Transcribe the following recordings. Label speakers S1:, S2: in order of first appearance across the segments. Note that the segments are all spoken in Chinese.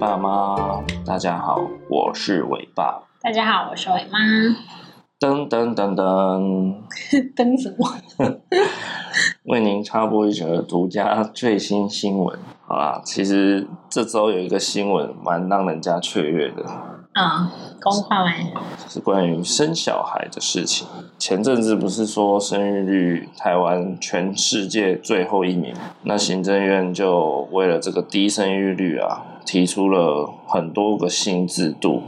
S1: 爸妈，大家好，我是伟爸。
S2: 大家好，我是伟 妈。
S1: 噔噔噔噔，
S2: 登什么？
S1: 为您插播一则独家最新新闻。好啦，其实这周有一个新闻蛮让人家雀跃的，
S2: 啊、公话完
S1: 是关于生小孩的事情。前阵子不是说生育率台湾全世界最后一名，那行政院就为了这个低生育率啊，提出了很多个新制度。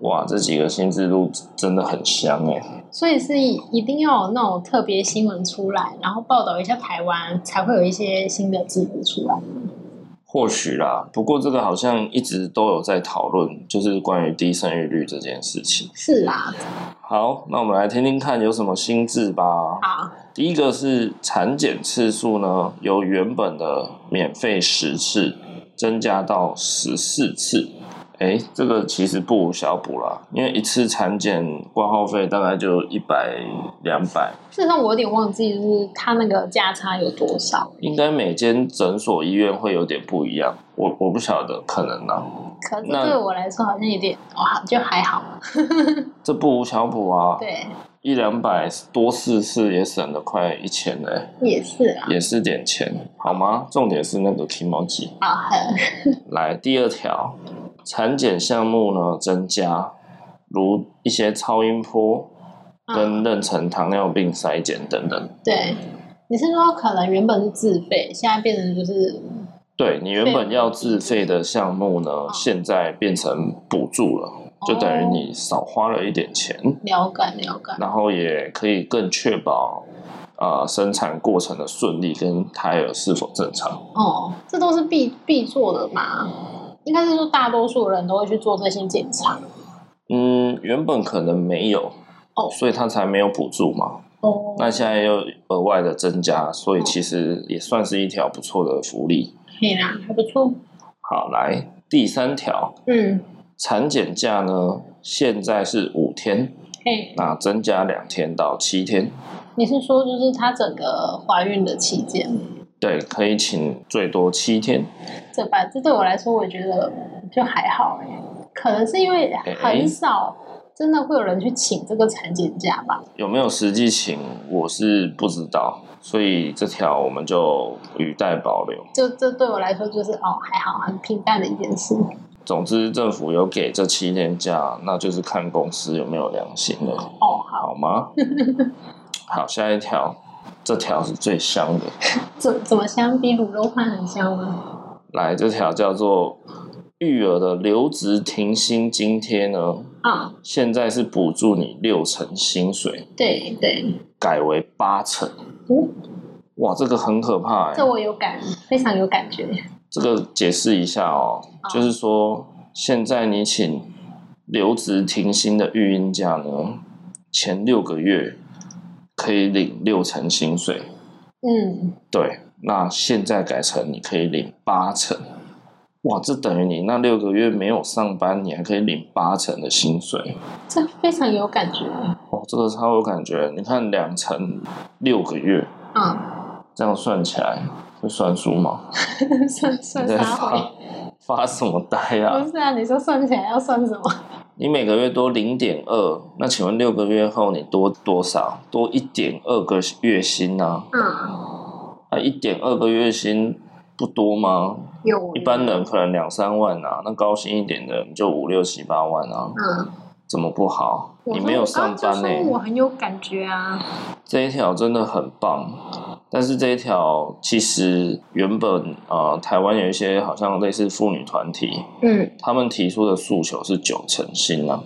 S1: 哇，这几个新制度真的很香哎、
S2: 所以是一定要有那种特别新闻出来，然后报道一下台湾，才会有一些新的制度出来。
S1: 或许啦，不过这个好像一直都有在讨论，就是关于低生育率这件事情。
S2: 是啊，
S1: 好，那我们来听听看有什么新制吧。
S2: 好，
S1: 第一个是产检次数呢，由原本的免费十次增加到十四次。哎，这个其实不无小补啦，因为一次产检挂号费大概就一百两百，
S2: 事实上我有点忘记，就是它那个价差有多少，
S1: 应该每间诊所医院会有点不一样，我我不晓得，可能啊啦。
S2: 可是
S1: 那
S2: 对我来说好像有点哇，就还好。
S1: 这不无小补啊，
S2: 对，
S1: 一两百多四次也省了快一千嘞、
S2: 也是啊。
S1: 也是点钱，好吗？重点是那个 k i m o j i
S2: 好，啊很
S1: 来，第二条，产检项目呢增加，如一些超音波跟妊娠糖尿病筛检等等。
S2: 对。你是说可能原本是自费，现在变成就是
S1: 对你原本要自费的项目呢，现在变成补助了，就等于你少花了一点钱，
S2: 了解了解，
S1: 然后也可以更确保呃生产过程的顺利跟胎儿是否正常。
S2: 哦，这都是必必做的嘛？应该是说大多数人都会去做这些检查。
S1: 嗯，原本可能没有，
S2: 哦
S1: 所以他才没有补助嘛。
S2: 哦
S1: 那现在又额外的增加，所以其实也算是一条不错的福利。
S2: 可以啦，还不错。
S1: 好，来第三条，
S2: 嗯，
S1: 产检假呢，现在是五天，
S2: 嘿，
S1: 那增加两天到七天。
S2: 你是说就是她整个怀孕的期间？
S1: 对，可以请最多七天。
S2: 这吧，这对我来说，我觉得就还好哎、可能是因为很少真的会有人去请这个产检假吧。
S1: 有没有实际请，我是不知道，所以这条我们就语带保留。
S2: 就这对我来说就是哦还好，很平淡的一件事。
S1: 总之，政府有给这七天假，那就是看公司有没有良心了。
S2: 哦好，
S1: 好 吗？好，下一条，这条是最香的。
S2: 怎怎么香比卤肉饭很香吗？
S1: 来，这条叫做育儿的留职停薪津贴呢，
S2: 啊、
S1: 现在是补助你六成薪水，
S2: 对对，
S1: 改为八成。
S2: 嗯，
S1: 哇，这个很可怕、欸。
S2: 这我有感，非常有感觉。
S1: 这个解释一下哦，就是说现在你请留职停薪的育婴假呢，前六个月可以领六成薪水。
S2: 嗯，
S1: 对，那现在改成你可以领八成，哇，这等于你那六个月没有上班，你还可以领八成的薪水，
S2: 这非常有感觉。
S1: 哦，这个超有感觉。你看两成六个月，
S2: 嗯，
S1: 这样算起来会算数吗？
S2: 算算
S1: 你在
S2: 啥
S1: 发
S2: 回？
S1: 发什么呆啊
S2: 不？是啊，你说算起来要算什么？
S1: 你每个月多零点二，那请问六个月后你多多少？多一点二个月薪呢、
S2: 嗯，
S1: 啊？那一点二个月薪不多吗？
S2: 有
S1: 一般人可能两三万啊，那高薪一点的人就五六七八万啊，
S2: 嗯，
S1: 怎么不好？
S2: 我
S1: 你
S2: 说
S1: 没有
S2: 我
S1: 上
S2: 刚
S1: 班
S2: 刚
S1: 呢、
S2: 就说我很有感觉啊。
S1: 这一条真的很棒。但是这一条其实原本呃，台湾有一些好像类似妇女团体，
S2: 嗯，
S1: 他们提出的诉求是九成薪啊，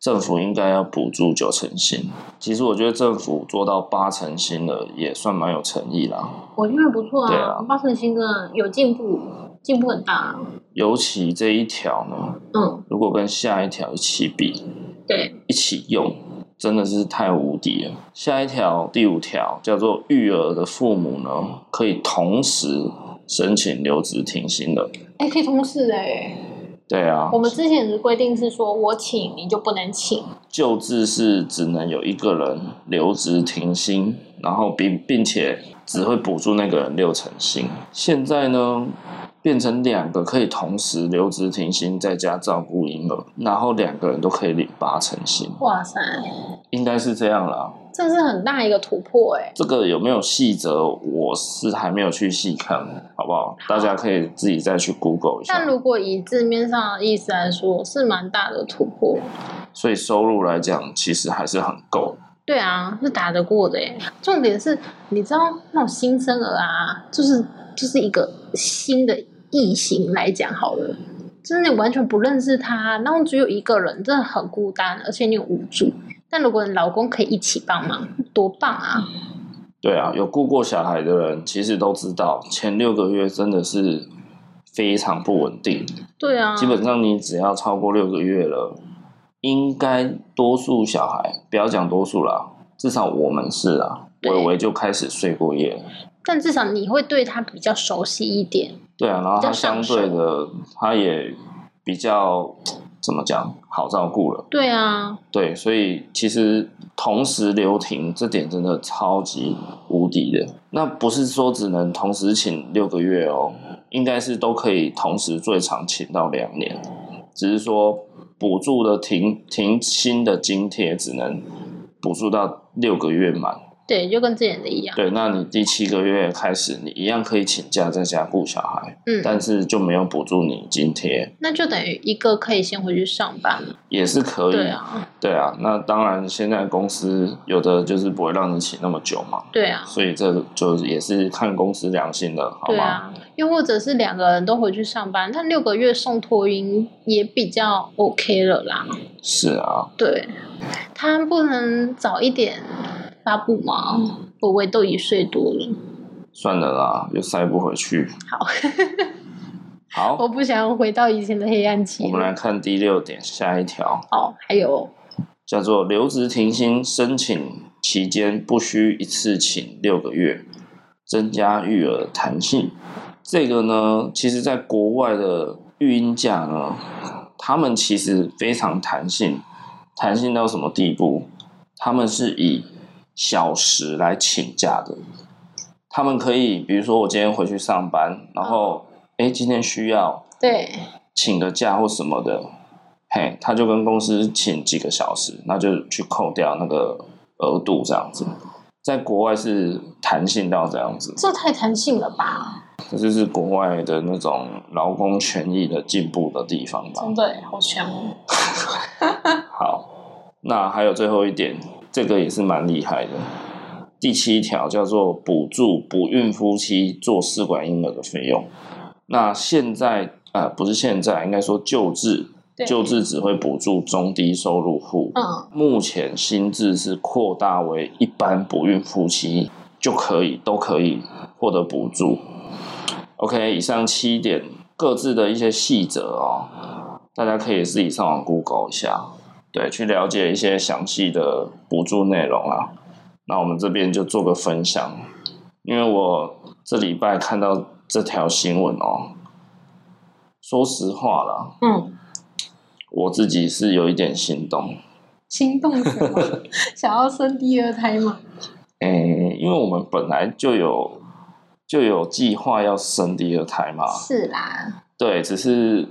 S1: 政府应该要补助九成薪。其实我觉得政府做到八成薪了，也算蛮有诚意啦。
S2: 我觉得不错
S1: 对
S2: 啊
S1: 啊，
S2: 八成新真的有进步，进步很大啊。
S1: 尤其这一条呢，
S2: 嗯，
S1: 如果跟下一条一起比，
S2: 对，
S1: 一起用，真的是太无敌了。下一条第五条叫做育儿的父母呢，可以同时申请留职停薪的。
S2: 哎，可以同事哎。
S1: 对啊
S2: 我，们之前的规定是说我请你就不能请，
S1: 旧制是只能有一个人留职停薪，然后并并且只会补助那个人六成薪。现在呢，变成两个可以同时留职停薪在家照顾婴儿，然后两个人都可以领八成薪，
S2: 哇塞，
S1: 应该是这样啦。
S2: 这是很大一个突破哎、
S1: 这个有没有细则，我是还没有去细看，好不好？大家可以自己再去 Google 一下。
S2: 但如果以字面上的意思来说，是蛮大的突破。
S1: 所以收入来讲，其实还是很够。
S2: 对啊，是打得过的耶。重点是，你知道那种新生儿啊，就是就是一个新的异形来讲好了，就是你完全不认识他，然后只有一个人，真的很孤单，而且你很无助。但如果你老公可以一起帮忙，多棒啊！
S1: 对啊，有顾过小孩的人，其实都知道前六个月真的是非常不稳定。
S2: 对啊，
S1: 基本上你只要超过六个月了，应该多数小孩，不要讲多数啦，至少我们是啊，
S2: 对
S1: 伟伟就开始睡过夜了。
S2: 但至少你会对他比较熟悉一点。
S1: 对啊，然后
S2: 比较
S1: 他相
S2: 上
S1: 对的，他也比较怎么讲，好照顾了。
S2: 对啊，
S1: 对，所以其实同时留停这点真的超级无敌的。那不是说只能同时请六个月哦，应该是都可以同时最长请到两年，只是说补助的停停薪的津贴只能补助到六个月满。
S2: 对，就跟之前的一样。
S1: 对，那你第七个月开始，你一样可以请假在家顾小孩，
S2: 嗯，
S1: 但是就没有补助你津贴，
S2: 那就等于一个可以先回去上班。
S1: 也是可以。
S2: 对啊，
S1: 对啊，那当然，现在公司有的就是不会让你请那么久嘛，
S2: 对啊，
S1: 所以这就也是看公司良心的，好
S2: 对
S1: 吗？
S2: 啊，又或者是两个人都回去上班，那六个月送托婴也比较 OK 了啦。
S1: 是啊，
S2: 对，他不能早一点发布吗？我为都一岁多了，
S1: 算了啦，又塞不回去。
S2: 好，
S1: 好，
S2: 我不想回到以前的黑暗期
S1: 我
S2: 了。
S1: 们来看第六点，下一条
S2: 哦，还有
S1: 叫做留职停薪申请期间不需一次请六个月，增加育儿弹性。这个呢，其实在国外的育婴假呢，他们其实非常弹性，弹性到什么地步？他们是以小时来请假的，他们可以，比如说我今天回去上班，然后哎、诶今天需要
S2: 对
S1: 请个假或什么的，嘿，他就跟公司请几个小时，那就去扣掉那个额度这样子。在国外是弹性到这样子，
S2: 这太弹性了吧？
S1: 这就是国外的那种劳工权益的进步的地方吧。
S2: 的耶好强哦！
S1: 好，那还有最后一点，这个也是蛮厉害的。第七条叫做补助不孕夫妻做试管婴儿的费用。那现在呃，不是现在，应该说旧制
S2: 对，
S1: 旧制只会补助中低收入户。
S2: 嗯，
S1: 目前新制是扩大为一般不孕夫妻就可以都可以获得补助。OK，以上七点各自的一些细则哦，大家可以自己上网 Google 一下，对，去了解一些详细的补助内容啦。那我们这边就做个分享，因为我这礼拜看到这条新闻哦，说实话啦，
S2: 嗯，
S1: 我自己是有一点心动。
S2: 心动什么？ 想要生第二胎吗？
S1: 诶、因为我们本来就有就有计划要生第二胎嘛，
S2: 是啦，
S1: 对，只是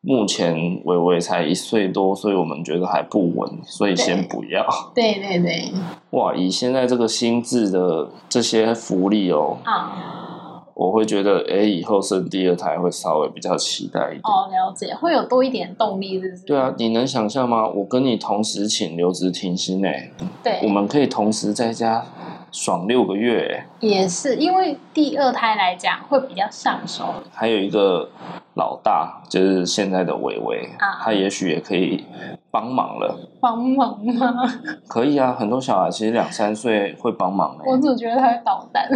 S1: 目前微微才一岁多，所以我们觉得还不稳，所以
S2: 对
S1: 先不要。
S2: 对对对，
S1: 哇，以现在这个新制的这些福利哦，
S2: 啊、
S1: 我会觉得，诶、以后生第二胎会稍微比较期待一点。
S2: 哦，了解，会有多一点动力，是不是？
S1: 对啊，你能想象吗？我跟你同时请留职停薪诶、
S2: 对，
S1: 我们可以同时在家爽六个月、诶
S2: 也是因为第二胎来讲会比较上手，
S1: 还有一个老大，就是现在的伟伟，
S2: 啊
S1: 他也许也可以帮忙了。
S2: 帮忙吗？
S1: 可以啊，很多小孩其实两三岁会帮忙的、
S2: 我总觉得他会捣蛋。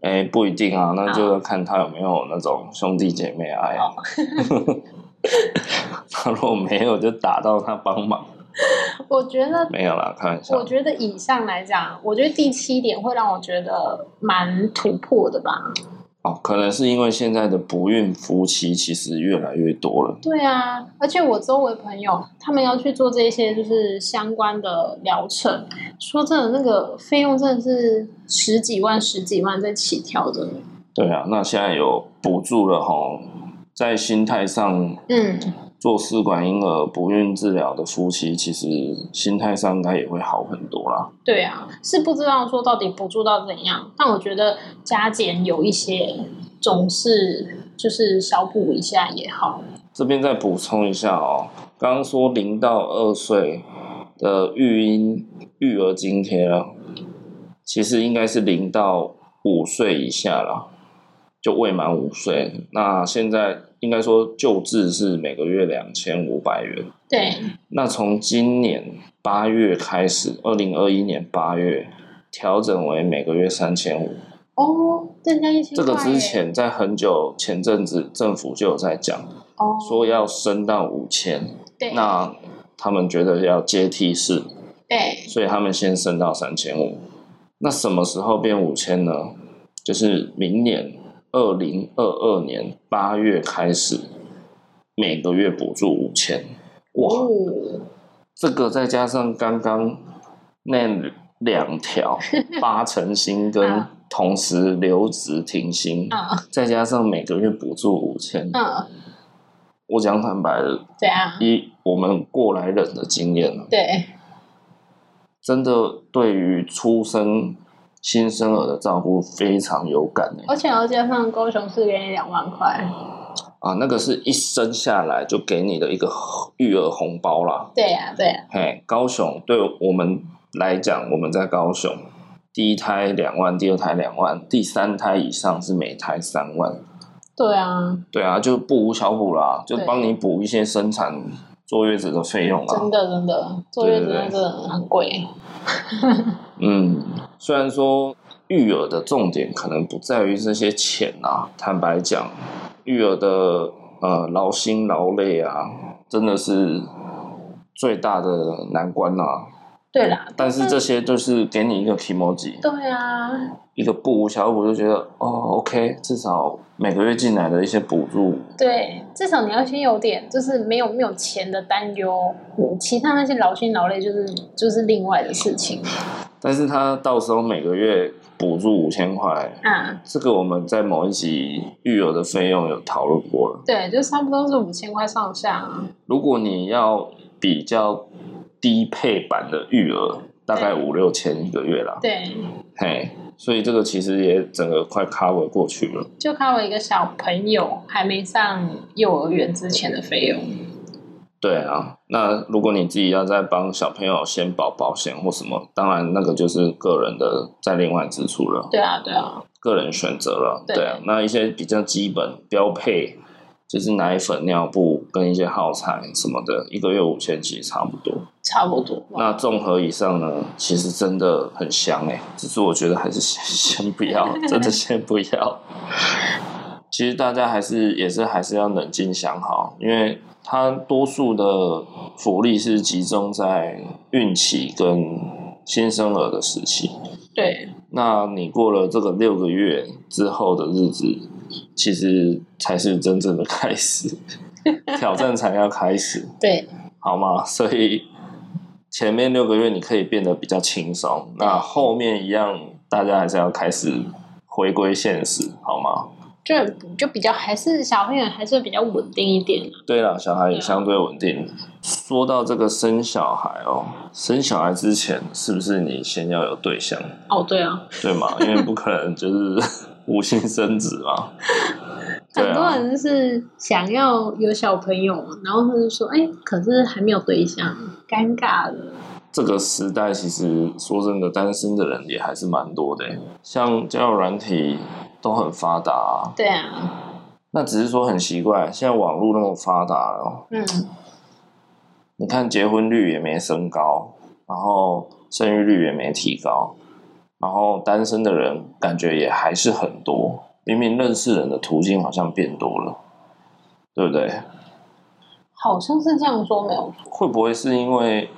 S1: 哎、不一定啊，那就要看他有没有那种兄弟姐妹爱。啊
S2: 哦
S1: 他如果没有，就打到他帮忙。
S2: 我觉得，
S1: 没有啦，开玩笑
S2: 我。觉得以上来讲，我觉得第七点会让我觉得蛮突破的吧。
S1: 哦，可能是因为现在的不孕夫妻其实越来越多了。
S2: 对啊，而且我周围朋友他们要去做这些就是相关的疗程，说真的，那个费用真的是十几万、十几万在起跳的。
S1: 对啊，那现在有补助了吼，在心态上
S2: 嗯，
S1: 做试管婴儿不孕治疗的夫妻，其实心态上应该也会好很多啦。
S2: 对啊，是不知道说到底补助到怎样，但我觉得加减有一些总是就是小补一下也好。
S1: 这边再补充一下哦，刚刚说零到二岁的育婴育儿津贴啊，其实应该是零到五岁以下啦，就未满五岁。那现在应该说救治是每个月两千五百元。
S2: 对，
S1: 那从今年八月开始，二零二一年八月调整为每个月三千五。
S2: 哦，增加一千
S1: 这
S2: 块耶。
S1: 个之前在很久前阵子政府就有在讲，
S2: 哦，
S1: 说要升到五千。
S2: 对
S1: 那他们觉得要阶梯式，
S2: 对
S1: 所以他们先升到三千五。那什么时候变五千呢？就是明年二零二二年八月开始，每个月补助五千。哇，
S2: 哦，
S1: 这个再加上刚刚那两 条八成薪跟
S2: 啊
S1: 同时留职停薪，
S2: 嗯
S1: 再加上每个月补助五千，
S2: 嗯，
S1: 我讲坦白的，
S2: 怎样？
S1: 以我们过来人的经验啊
S2: 对
S1: 真的对于出生新生儿的照顾非常有感欸
S2: 而且要加上高雄市给你两万块，
S1: 啊！那个是一生下来就给你的一个育儿红包啦。
S2: 对呀、对啊呀、
S1: 嘿，高雄对我们来讲，我们在高雄第一胎两万，第二胎两万，第三胎以上是每胎三万。
S2: 对啊，
S1: 对啊，就不无小补啦，就
S2: 对
S1: 帮你补一些生产坐月子的费用啊啦。
S2: 真的真的，坐月子
S1: 对对
S2: 真的很贵，
S1: 嗯，虽然说育儿的重点可能不在于这些钱啊，坦白讲，育儿的呃劳心劳累啊，真的是最大的难关呐、啊。
S2: 对啦，
S1: 但是这些就是给你一个 emoji，
S2: 对啊，
S1: 一个不无小补，就觉得哦，OK，至少每个月进来的一些补助，
S2: 对，至少你要先有点就是没有没有钱的担忧，嗯其他那些劳心劳累就是就是另外的事情
S1: 但是他到时候每个月补助五千块，
S2: 啊。
S1: 这个我们在某一集育儿的费用有讨论过了。
S2: 对，就差不多是五千块上下啊。
S1: 如果你要比较低配版的育儿，大概
S2: 对
S1: 五六千一个月啦。
S2: 对，
S1: 嘿，所以这个其实也整个快 cover 过去了。
S2: 就看我一个小朋友还没上幼儿园之前的费用。
S1: 对啊，那如果你自己要再帮小朋友先保保险或什么，当然那个就是个人的在另外支出了，
S2: 对啊，对啊，
S1: 个人选择了。
S2: 对
S1: 对啊，那一些比较基本标配。就是奶粉、尿布跟一些耗材什么的，一个月五千其实差不多。
S2: 差不多。
S1: 那综合以上呢，其实真的很香哎、只是我觉得还是先先不要，真的先不要。其实大家还是也是还是要冷静想好，因为它多数的福利是集中在孕期跟新生儿的时期。
S2: 对
S1: 那你过了这个六个月之后的日子，其实才是真正的开始， 挑战才要开始。
S2: 对
S1: 好吗？ 所以前面六个月你可以变得比较轻松，那后面一样，大家还是要开始回归现实，好吗？
S2: 就就比较还是小朋友还是比较稳定一点啊
S1: 对了，小孩也相对稳定。说到这个生小孩哦，生小孩之前是不是你先要有对象，
S2: 哦，对啊，
S1: 对吗？因为不可能就是无性生子嘛。对
S2: 很多
S1: 啊，
S2: 人是想要有小朋友，然后他就说，哎，可是还没有对象，尴尬了。
S1: 这个时代其实说真的，单身的人也还是蛮多的，欸像交友软体都很发达、啊。
S2: 对啊，
S1: 那只是说很奇怪，现在网络那么发达了，
S2: 嗯，
S1: 你看结婚率也没升高，然后生育率也没提高，然后单身的人感觉也还是很多，明明认识人的途径好像变多了，对不对？
S2: 好像是这样说没有错。
S1: 会不会是因为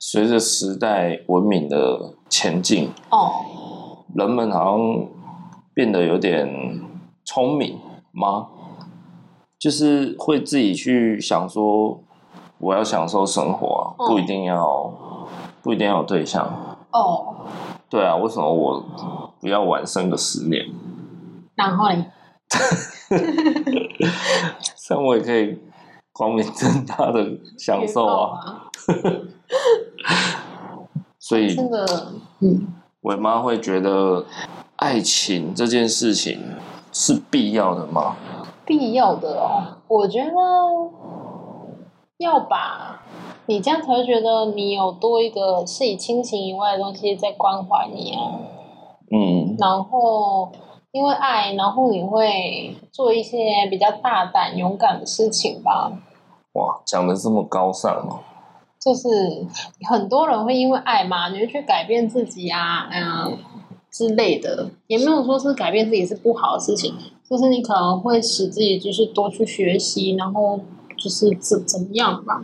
S1: 随着时代文明的前进，
S2: 哦，
S1: 人们好像变得有点聪明吗？就是会自己去想说，我要享受生活啊，
S2: 嗯
S1: 不一定要不一定要有对象。
S2: 哦，
S1: 对啊，为什么我不要晚生个十年？
S2: 然后嘞，
S1: 这样我也可以光明正大的享受啊。
S2: 啊，
S1: 所以
S2: 这个啊嗯，
S1: 我妈会觉得爱情这件事情是必要的吗？
S2: 必要的哦，我觉得要吧，你这样才会觉得你有多一个是以亲情以外的东西在关怀你啊。
S1: 嗯
S2: 然后因为爱，然后你会做一些比较大胆、勇敢的事情吧。
S1: 哇，讲的这么高尚哦、
S2: 就是很多人会因为爱嘛，你就去改变自己啊，嗯之类的，也没有说是改变自己是不好的事情，就是你可能会使自己就是多去学习，然后就是怎怎么样吧。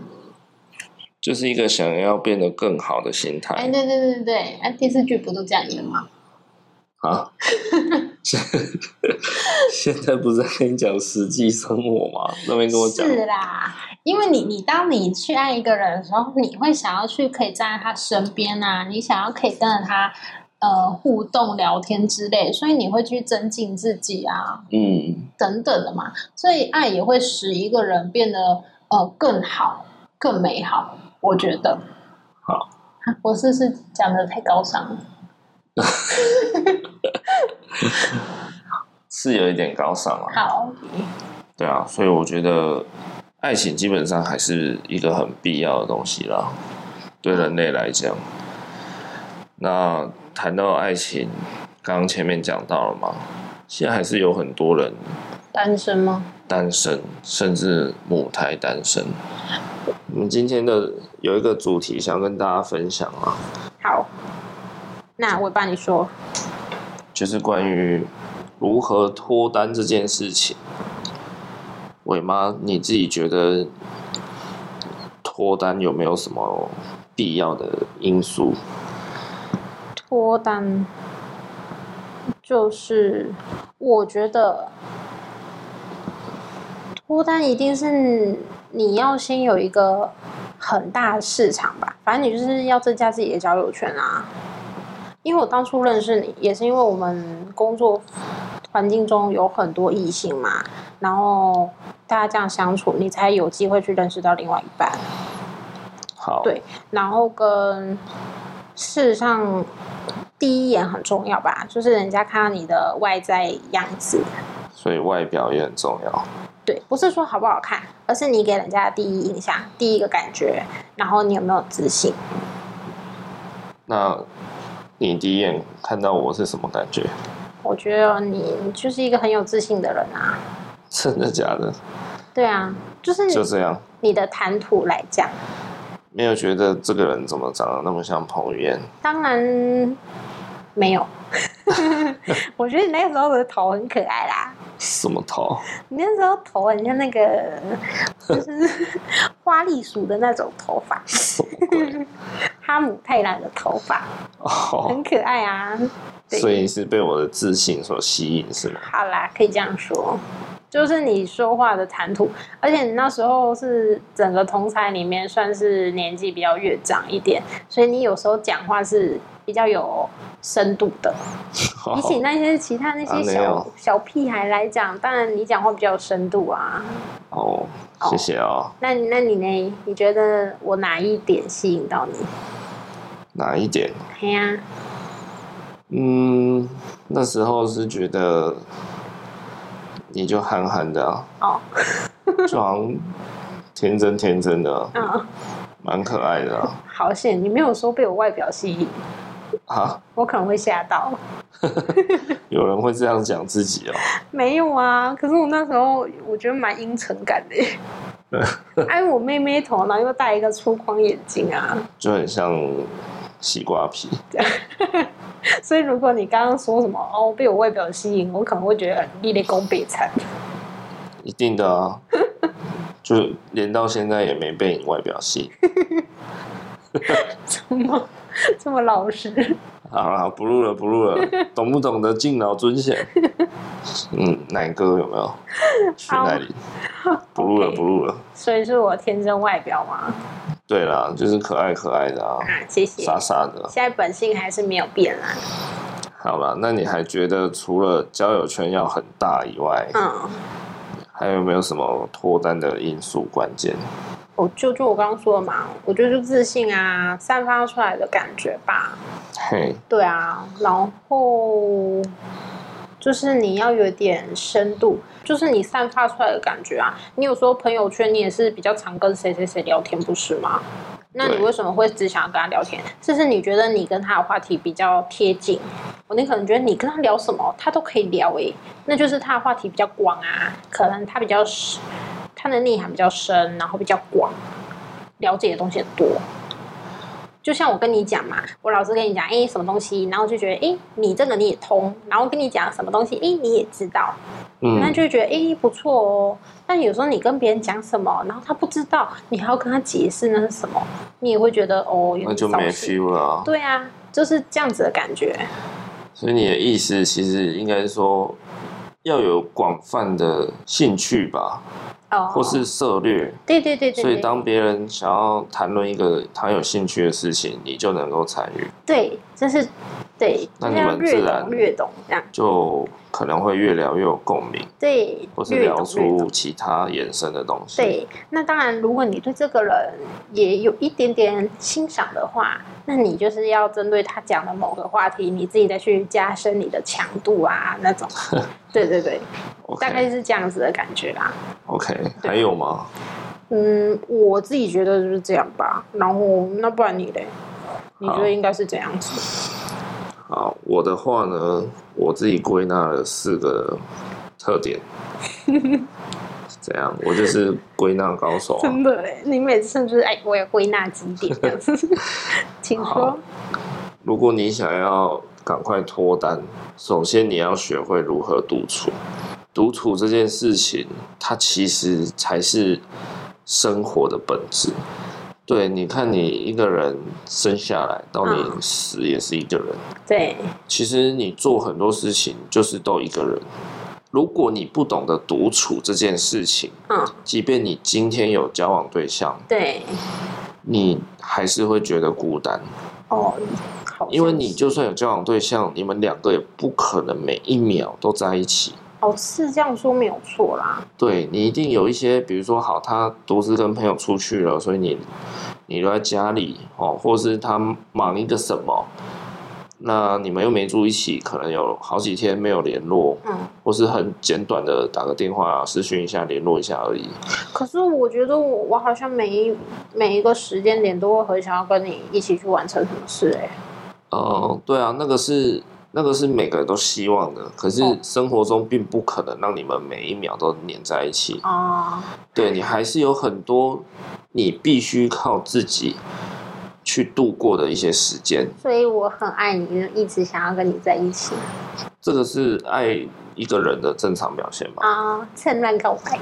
S1: 就是一个想要变得更好的心
S2: 哎，
S1: 态
S2: 对对对对，哎、电视剧不都这样演吗？
S1: 啊。现现在不是在跟你讲实际生活吗？那边跟我讲，
S2: 是啦，因为你你当你去爱一个人的时候，你会想要去可以站在他身边啊，你想要可以跟着他呃互动、聊天之类，所以你会去增进自己啊，
S1: 嗯，
S2: 等等的嘛。所以爱也会使一个人变得呃更好、更美好，我觉得。
S1: 好，
S2: 我是不是讲的太高尚了？
S1: 是有一点高尚啊。
S2: 好，
S1: 对啊，所以我觉得爱情基本上还是一个很必要的东西啦，对人类来讲。那谈到爱情，刚刚前面讲到了嘛，现在还是有很多人
S2: 单身吗？
S1: 单身，甚至母胎单身。我们今天的有一个主题想跟大家分享啊，
S2: 好，那我帮你说。
S1: 就是关于如何脱单这件事情。伟妈，你自己觉得脱单有没有什么必要的因素？
S2: 脱单，就是我觉得脱单一定是你要先有一个很大的市场吧，反正你就是要增加自己的交友圈啊。因为我当初认识你，也是因为我们工作环境中有很多异性嘛，然后大家这样相处，你才有机会去认识到另外一半。
S1: 好，
S2: 对然后跟事实上第一眼很重要吧，就是人家看到你的外在样子，
S1: 所以外表也很重要。
S2: 对，不是说好不好看，而是你给人家的第一印象、第一个感觉，然后你有没有自信？
S1: 那你第一眼看到我是什么感觉？
S2: 我觉得你就是一个很有自信的人啊，
S1: 真的假的？
S2: 对啊，就是
S1: 就这样，
S2: 你的谈吐来讲，
S1: 没有觉得这个人怎么长得那么像彭于晏？
S2: 当然没有。 我觉得你那个时候的头很可爱啦，
S1: 什么头？
S2: 你那时候头很像那个，就是 花栗鼠的那种头发，
S1: 什么鬼？
S2: 哈姆太郎的头发，
S1: 哦，
S2: 很可爱啊。对
S1: 所以是被我的自信所吸引是吗？
S2: 好啦，可以这样说，就是你说话的谈吐，而且你那时候是整个同才里面算是年纪比较越长一点，所以你有时候讲话是比较有深度的。比起那些其他那
S1: 哦啊
S2: 些
S1: 没
S2: 小、
S1: 有
S2: 小屁孩来讲，当然你讲话比较有深度啊。
S1: 哦，谢谢哦。
S2: 那你那你呢？你觉得我哪一点吸引到你？
S1: 哪一点？
S2: 嘿呀、
S1: 嗯，那时候是觉得你就憨憨的啊，
S2: 哦，
S1: 就好像天真天真的，
S2: 嗯，
S1: 蛮可爱的啊。
S2: 好险，你没有说被我外表吸引，
S1: 啊
S2: 我可能会吓到。
S1: 有人会这样讲自己哦，
S2: 没有啊，可是我那时候我觉得蛮阴沉感的耶哎，我妹妹头，然后又戴一个粗框眼镜啊，
S1: 就很像西瓜皮。
S2: 所以如果你刚刚说什么哦被我外表吸引，我可能会觉得你的攻北惨。
S1: 一定的啊，就连到现在也没被你外表吸引。
S2: 这么这么老实，
S1: 好了，不录了，不录了，懂不懂得敬老尊贤？嗯，奶哥有没有？徐乃麟，不录了，
S2: OK
S1: 不录了。
S2: 所以是我天真外表嘛。
S1: 对啦，就是可爱可爱的啊，
S2: 啊，谢谢。
S1: 傻傻的
S2: 现在本性还是没有变啦。
S1: 好了，那你还觉得除了交友圈要很大以外，
S2: 嗯，
S1: 还有没有什么脱单的因素关键？
S2: 我就就我刚刚说的嘛，我觉得就自信啊，散发出来的感觉吧。
S1: 嘿，
S2: 对啊，然后就是你要有点深度，就是你散发出来的感觉啊。你有时候朋友圈你也是比较常跟谁谁谁聊天，不是吗？那你
S1: 对
S2: 为什么会只想要跟他聊天？就是你觉得你跟他的话题比较贴近，我你可能觉得你跟他聊什么，他都可以聊诶、那就是他的话题比较广啊，可能他比较深他的内涵比较深，然后比较广，了解的东西很多。就像我跟你讲嘛，我老是跟你讲，哎、什么东西，然后就觉得，哎、你这个你也通，然后跟你讲什么东西，哎、你也知道，那
S1: 嗯，
S2: 就会觉得，哎、不错哦。但有时候你跟别人讲什么，然后他不知道，你还要跟他解释那是什么，你也会觉得，哦，有
S1: 那就
S2: 点扫
S1: 没
S2: 兴。
S1: feel 了啊、
S2: 对啊，就是这样子的感觉。
S1: 所以你的意思其实应该说要有广泛的兴趣吧，
S2: 哦，
S1: 或是涉略。
S2: 对对对对对，
S1: 所以当别人想要谈论一个他有兴趣的事情，你就能够参与，
S2: 对，真是对，
S1: 那
S2: 就
S1: 你
S2: 要
S1: 们
S2: 略
S1: 自然
S2: 懂略懂这样，
S1: 就可能会越聊越有共鸣，
S2: 对，
S1: 或是
S2: 略
S1: 聊
S2: 懂略懂
S1: 出其他衍生的东西。，
S2: 对，那当然，如果你对这个人也有一点点欣赏的话，那你就是要针对他讲的某个话题，你自己再去加深你的强度啊，那 种。对对对，大概
S1: OK
S2: 是这样子的感觉啦。
S1: OK，
S2: 对
S1: 还有吗？
S2: 嗯，我自己觉得就是这样吧。然后，那不然你嘞？你觉
S1: 好
S2: 得应该是怎样子？
S1: 好，我的话呢，我自己归纳了四个特 点。怎样？我就是归纳高手、啊。
S2: 真的嘞，你每次就是哎，我要归纳几点这样子， 请
S1: 好
S2: 说。
S1: 如果你想要赶快脱单，首先你要学会如何独处。独处这件事情，它其实才是生活的本质。对，你看你一个人生下来到你
S2: 嗯
S1: 死也是一个人，
S2: 对，
S1: 其实你做很多事情就是都一个人。如果你不懂得独处这件事情，
S2: 嗯，
S1: 即便你今天有交往对象，
S2: 对，
S1: 你还是会觉得孤单。
S2: 哦，好像
S1: 因为你
S2: 是
S1: 就算有交往对象，你们两个也不可能每一秒都在一起。
S2: 哦是这样说没有错啦。
S1: 对你一定有一些，比如说，好，他独自跟朋友出去了，所以你你留在家里哦，或是他忙一个什么，那你们又没住一起，可能有好几天没有联络，
S2: 嗯，
S1: 或是很简短的打个电话私讯一下联络一下而已。
S2: 可是我觉得我我好像每一每一个时间点都会很想要跟你一起去完成什么事哎、
S1: 呃，对啊，那个是那个是每个人都希望的，可是
S2: 哦
S1: 生活中并不可能让你们每一秒都黏在一起。
S2: 啊，
S1: 对你还是有很多你必须靠自己去度过的一些时间，
S2: 所以我很爱你，一直想要跟你在一起
S1: 这个是爱一个人的正常表现吧？
S2: 啊，趁乱告白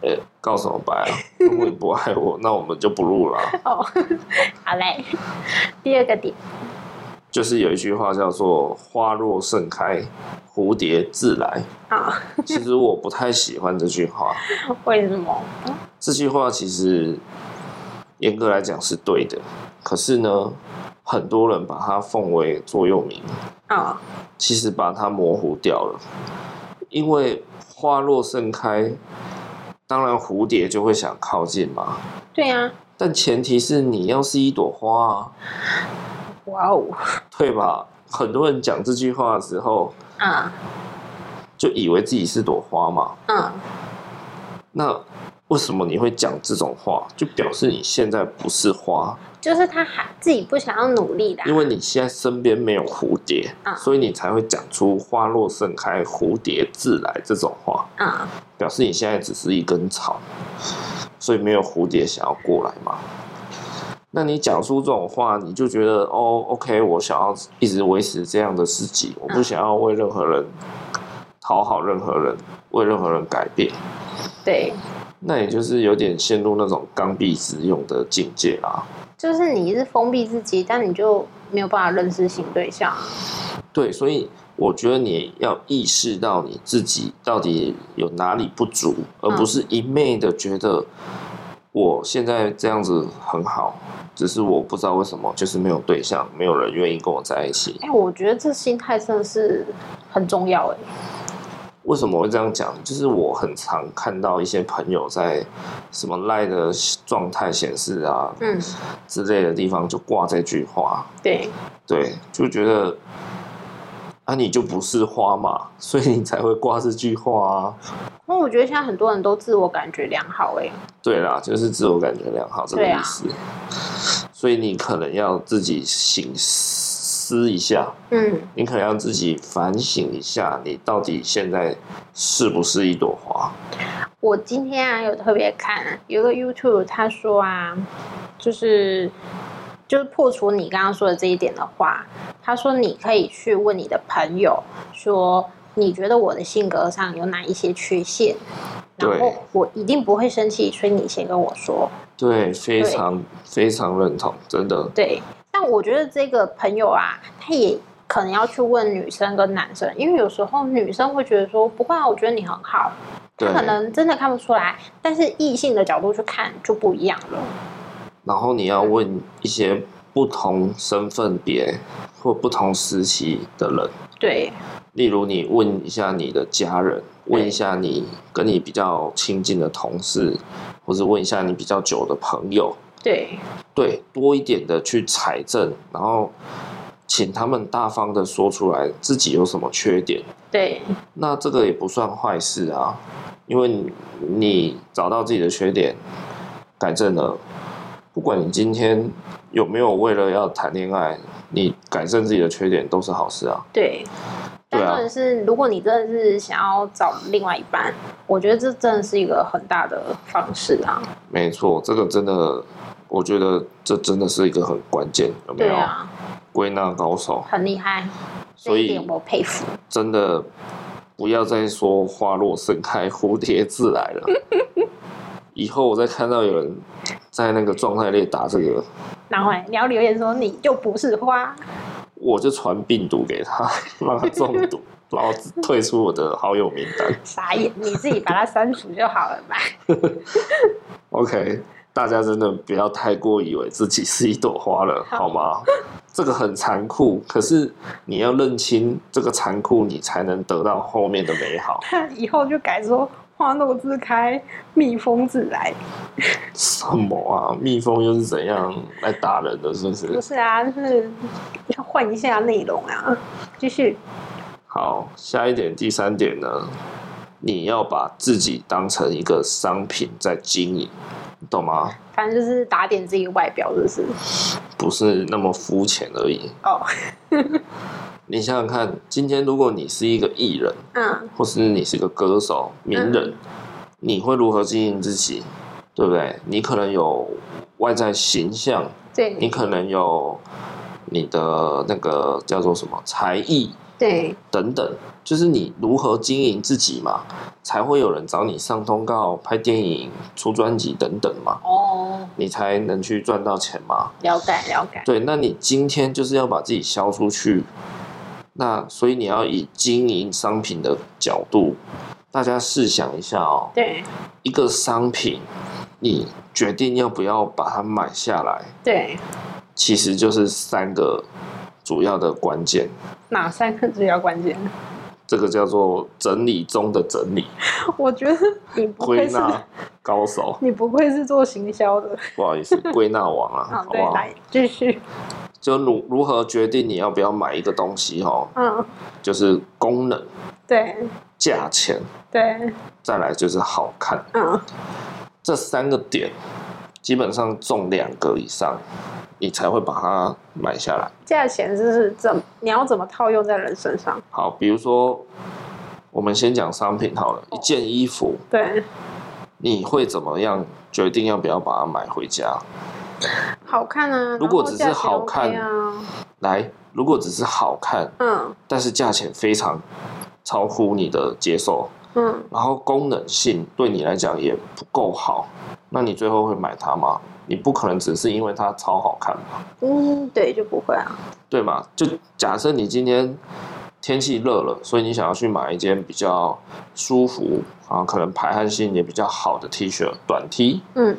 S1: 呃、告什么白啊？如果你不爱我，那我们就不录了啊。
S2: 哦， 好嘞。第二个点，
S1: 就是有一句话叫做“花若盛开，蝴蝶自来
S2: 啊，”。
S1: 其实我不太喜欢这句话，
S2: 为什么？
S1: 这句话其实严格来讲是对的，可是呢，很多人把它奉为座右铭。
S2: 啊，
S1: 其实把它模糊掉了，因为花落盛开，当然蝴蝶就会想靠近嘛。
S2: 对呀、啊，
S1: 但前提是你要是一朵花啊，
S2: 哇哦，
S1: 对吧？很多人讲这句话的时候，
S2: 啊，
S1: 就以为自己是朵花嘛。
S2: 嗯，
S1: 那为什么你会讲这种话？就表示你现在不是花，
S2: 就是他还自己不想要努力的啊、
S1: 因为你现在身边没有蝴蝶，
S2: 嗯
S1: 所以你才会讲出“花落盛开，蝴蝶自来”这种话。
S2: 啊，
S1: 表示你现在只是一根草，所以没有蝴蝶想要过来嘛。那你讲出这种话，你就觉得哦，OK，我想要一直维持这样的自己，我不想要为任何人讨好任何人，为任何人改变。
S2: 对，
S1: 那也就是有点陷入那种刚愎自用的境界啦。
S2: 就是你是封闭自己，但你就没有办法认识新对象啊。
S1: 对，所以我觉得你要意识到你自己到底有哪里不足，而不是一昧的觉得我现在这样子很好，只是我不知道为什么就是没有对象，没有人愿意跟我在一起。
S2: 哎、我觉得这心态真的是很重要哎、
S1: 为什么会这样讲？就是我很常看到一些朋友在什么赖的状态显示啊
S2: 嗯，
S1: 之类的地方就挂这句话，
S2: 对，
S1: 对，就觉得啊你就不是花嘛，所以你才会挂这句话啊。
S2: 因为我觉得现在很多人都自我感觉良好哎、
S1: 对啦，就是自我感觉良好这个
S2: 对啊
S1: 意思。所以你可能要自己醒思一下，
S2: 嗯，
S1: 你可能要自己反省一下，你到底现在是不是一朵花？
S2: 我今天啊有特别看有个 YouTube，他说啊，就是就是破除你刚刚说的这一点的话，他说你可以去问你的朋友说，你觉得我的性格上有哪一些缺陷，然
S1: 对
S2: 后我一定不会生气，所以你先跟我说。
S1: 对，非常非常认同，真的。
S2: 对，但我觉得这个朋友啊，他也可能要去问女生跟男生，因为有时候女生会觉得说，不会啊，我觉得你很好，
S1: 对
S2: 他，可能真的看不出来，但是异性的角度去看就不一样了。
S1: 然后你要问一些不同身份别或不同时期的人，
S2: 对，
S1: 例如你问一下你的家人，
S2: 对
S1: 问一下你跟你比较亲近的同事，或是问一下你比较久的朋友，
S2: 对，
S1: 对，多一点的去采证，然后请他们大方的说出来自己有什么缺点，
S2: 对，
S1: 那这个也不算坏事啊，因为你你找到自己的缺点，改正了，不管你今天有没有为了要谈恋爱，你改正自己的缺点都是好事啊。
S2: 对。但
S1: 对啊
S2: 重点是，如果你真的是想要找另外一半，我觉得这真的是一个很大的方式啊。
S1: 没错，这个真的，我觉得这真的是一个很关键，有没
S2: 对
S1: 有？
S2: 啊，
S1: 归纳高手，
S2: 很厉害，这
S1: 所
S2: 一
S1: 以
S2: 点我佩服。
S1: 真的不要再说花落盛开，蝴蝶自来了。 以后我再看到有人在那个状态内打这个，
S2: 然后你要留言说你就不是花，
S1: 我就传病毒给他，让他中毒，然后退出我的好友名单。
S2: 傻眼，你自己把它删除就好了吧。
S1: OK，大家真的不要太过以为自己是一朵花了，好
S2: 好
S1: 吗？这个很残酷，可是你要认清这个残酷，你才能得到后面的美好。
S2: 他 以后就改说花落自开，蜜蜂自来。
S1: 什么啊？蜜蜂又是怎样来打人的？是不
S2: 不
S1: 是？
S2: 是啊，就是要换一下内容啊。继续，
S1: 好，下一点，第三点呢？你要把自己当成一个商品在经营，你懂吗？
S2: 反正就是打点自己的外表，是不是？
S1: 不是那么肤浅而已。
S2: 哦，
S1: 你想想看，今天如果你是一个艺人，
S2: 嗯，
S1: 或是你是个歌手、名人，你会如何经营自己？对不对？你可能有外在形象，你
S2: 对
S1: 可能有你的那个叫做什么才艺
S2: 对
S1: 等等，就是你如何经营自己嘛，才会有人找你上通告、拍电影、出专辑等等嘛，
S2: 哦，
S1: 你才能去赚到钱嘛。
S2: 了解了解，
S1: 对，那你今天就是要把自己销出去，那所以你要以经营商品的角度，大家试想一下哦，
S2: 对
S1: 一个商品，你决定要不要把它买下来，
S2: 对，
S1: 其实就是三个主要的关键，
S2: 哪三个比较关键？
S1: 这个叫做整理中的整理，
S2: 我觉得你不
S1: 归
S2: 愧是。
S1: 纳高手，
S2: 你不愧是做行销的，
S1: 不好意思，归纳王 啊，
S2: 啊，
S1: 好
S2: 对
S1: 不，好？
S2: 来继续，
S1: 就如如何决定你要不要买一个东西哦，
S2: 嗯，
S1: 就是功能、
S2: 对
S1: 价钱。
S2: 对，
S1: 再来就是好看，
S2: 嗯，
S1: 这三个点基本上中两个以上，你才会把它买下来。
S2: 价钱就是怎你要怎么套用在人身上？
S1: 好，比如说我们先讲商品好了，
S2: 哦
S1: 一件衣服
S2: 对，
S1: 你会怎么样决定要不要把它买回家？
S2: 好看啊。
S1: 如果只
S2: 然后
S1: 是
S2: 价钱
S1: 好
S2: OK
S1: 看
S2: 啊，
S1: 来，如果只是好看，
S2: 嗯
S1: 但是价钱非常超乎你的接受，
S2: 嗯，
S1: 然后功能性对你来讲也不够好，那你最后会买它吗？你不可能只是因为它超好看吧？
S2: 嗯，对，就不会啊。
S1: 对嘛？就假设你今天天气热了，所以你想要去买一件比较舒服啊，可能排汗性也比较好的 T 恤、短 T，
S2: 嗯，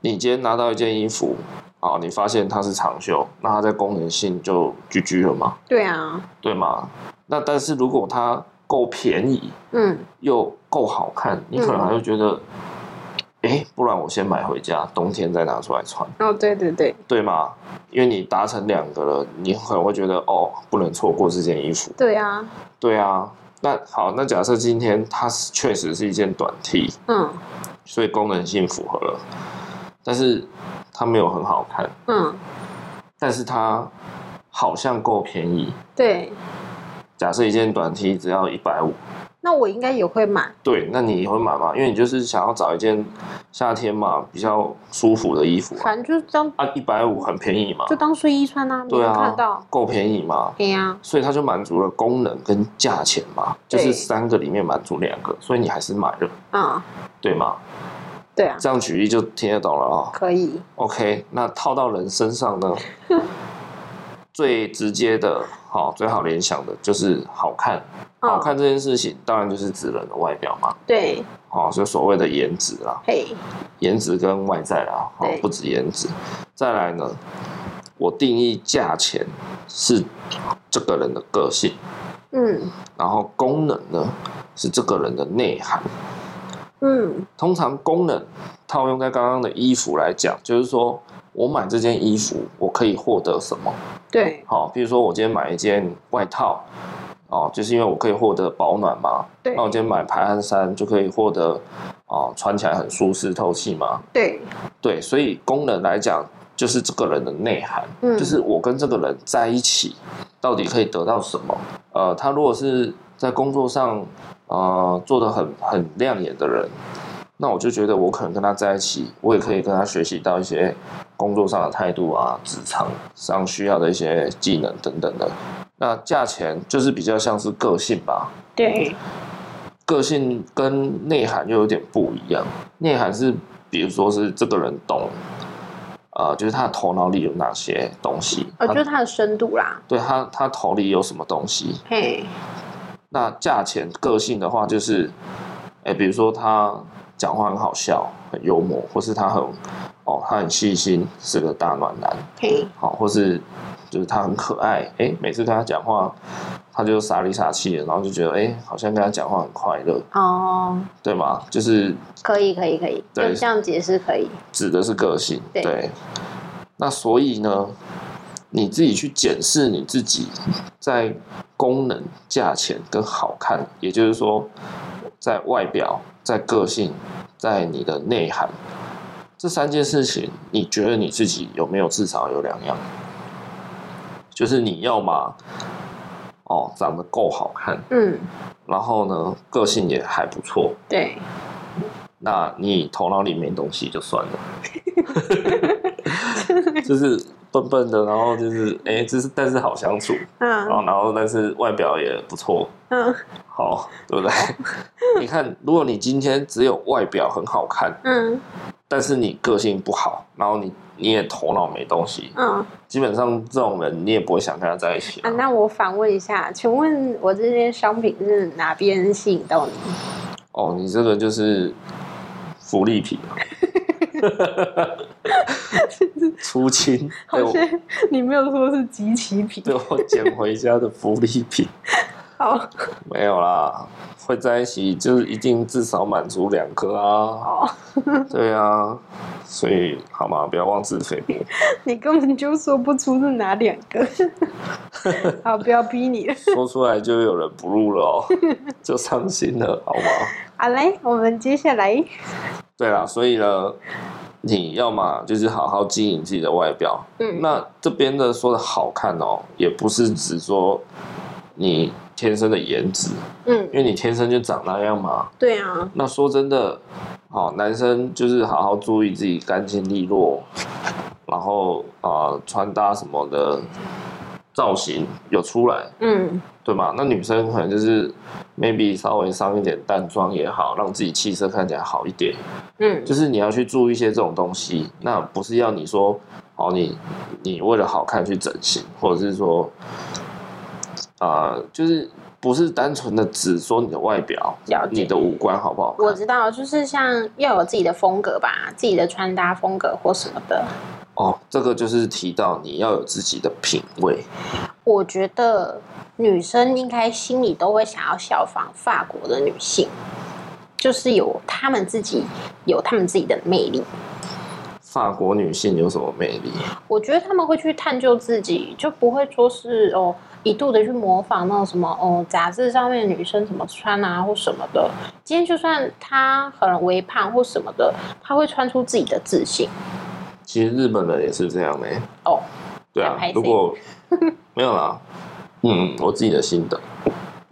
S1: 你今天拿到一件衣服，啊，你发现它是长袖，那它在功能性就 GG 了嘛，
S2: 对啊，
S1: 对吗？那但是如果它够便宜
S2: 嗯，
S1: 又够好看，你可能还会觉得，哎、不然我先买回家，冬天再拿出来穿，
S2: 哦，对对对，
S1: 对吗？因为你达成两个了，你可能会觉得哦，不能错过这件衣服。
S2: 对啊，
S1: 对啊，那好，那假设今天它是确实是一件短 T，
S2: 嗯
S1: 所以功能性符合了，但是它没有很好看，
S2: 嗯，
S1: 但是它好像够便宜。
S2: 对，
S1: 假设一件短 T 只要一百五，
S2: 那我应该也会买，
S1: 对，那你会买吗？因为你就是想要找一件夏天嘛比较舒服的衣服啊，
S2: 反正就是当
S1: 啊，一百五很便宜嘛，
S2: 就当睡衣穿啊，没
S1: 对
S2: 人
S1: 啊
S2: 看到，，
S1: 够便宜嘛，
S2: 哎呀，
S1: 所以它就满足了功能跟价钱嘛，就
S2: 对
S1: 是三个里面满足两个，所以你还是买了，
S2: 嗯，
S1: 对吗？
S2: 对啊，
S1: 这样举例就听得懂了啊、
S2: 可以，
S1: OK，那套到人身上 呢？最直接的，好、最好联想的就是好看。
S2: 嗯
S1: 好看这件事情，当然就是指人的外表嘛，
S2: 对，
S1: 好、就所谓的颜值啦，
S2: 嘿，
S1: 颜值跟外在啦，好、
S2: 对
S1: 不止颜值。再来呢，我定义价钱是这个人的个性，
S2: 嗯
S1: 然后功能呢是这个人的内涵。
S2: 嗯，
S1: 通常功能套用在刚刚的衣服来讲，就是说我买这件衣服，我可以获得什么？
S2: 对
S1: 好，比如说我今天买一件外套，哦，就是因为我可以获得保暖嘛。
S2: 对
S1: 那我今天买排汗衫就可以获得，哦，穿起来很舒适透气嘛。
S2: 对，
S1: 对，所以功能来讲，就是这个人的内涵，
S2: 嗯
S1: 就是我跟这个人在一起，到底可以得到什么？呃，他如果是在工作上，呃，做的很很亮眼的人，那我就觉得我可能跟他在一起，我也可以跟他学习到一些工作上的态度啊，职场上需要的一些技能等等的。那价钱就是比较像是个性吧，
S2: 对，
S1: 个性跟内涵又有点不一样。内涵是，比如说是这个人懂，呃，就是他的头脑里有哪些东西，
S2: 哦，
S1: 他
S2: 就是它的深度啦，
S1: 对他他头里有什么东西。
S2: 嘿，
S1: 那价钱个性的话，就是，哎，比如说他讲话很好笑，很幽默，或是他很哦，他很细心，是个大暖男，
S2: 嘿，
S1: 好、或是就是他很可爱，哎，每次跟他讲话，他就傻里傻气的，然后就觉得哎，好像跟他讲话很快乐，
S2: 哦，
S1: 对吗？就是
S2: 可以可以可以，
S1: 对
S2: 用这样解释可以，
S1: 指的是个性。
S2: 对
S1: 那所以呢，你自己去检视你自己在功能、价钱跟好看，也就是说，在外表、在个性、在你的内涵这三件事情，你觉得你自己有没有至少有两样？就是你要嘛，哦，长得够好看，
S2: 嗯，
S1: 然后呢，个性也还不错，
S2: 对，
S1: 那你头脑里没东西就算 了，就是笨笨的，然后就是哎、就是但是好相处，然
S2: 嗯
S1: 后然后但是外表也不错，
S2: 嗯
S1: 好对 不对？你看，如果你今天只有外表很好看，
S2: 嗯
S1: 但是你个性不好，然后你你也头脑没东西，
S2: 嗯，
S1: 基本上这种人你也不会想跟他在一起啊、
S2: 啊，那我反问一下，请问我这些商品是哪边吸引到你？
S1: 哦，你这个就是福利品 啊。 出清，
S2: 好
S1: 被我
S2: 像你没有说是集齐 品，
S1: 被我捡回家的福利品。
S2: 好
S1: 没有啦，会在一起就是一定至少满足两颗啊。
S2: 哦，
S1: 对啊，所以好嘛，不要妄自菲薄。
S2: 你根本就说不出是哪两 个。好，不要逼你了。
S1: 说出来就有人不录了哦， 就伤心了，好吗？
S2: 好嘞，我们接下来，
S1: 对啦，所以呢，你要嘛就是好好经营自己的外表。
S2: 嗯
S1: 那这边的说的好看哦，也不是只说你天生的颜值，
S2: 嗯
S1: 因，为你天生就长那样嘛。
S2: 对啊，
S1: 那说真的，好、男生就是好好注意自己干净利落，然后啊、呃穿搭什么的造型有出来，
S2: 嗯，
S1: 对吗？那女生可能就是 maybe 稍微上一点淡妆也好，让自己气色看起来好一点。
S2: 嗯，
S1: 就是你要去注意一些这种东西，那不是要你说哦，你你为了好看去整形，或者是说，啊、就是不是单纯的只说你的外表
S3: 了、解
S1: 你的五官好不好
S3: 我
S1: 看。
S3: 知道，就是像要有自己的风格吧，自己的穿搭风格或什么的。
S1: 哦，这个就是提到你要有自己的品味。
S3: 我觉得女生应该心里都会想要效仿法国的女性，就是有她们自己有她们自己的魅力。
S1: 法国女性有什么魅力？
S3: 我觉得他们会去探究自己，就不会说是哦一度的去模仿那种什么哦杂志上面的女生怎么穿啊或什么的。今天就算她很微胖或什么的，她会穿出自己的自信
S1: 其实日本人也是这样呢、
S3: 哦。
S1: 对
S3: 要
S1: 啊
S3: 拍，谁
S1: 如果没有啦，嗯，我自己的心得。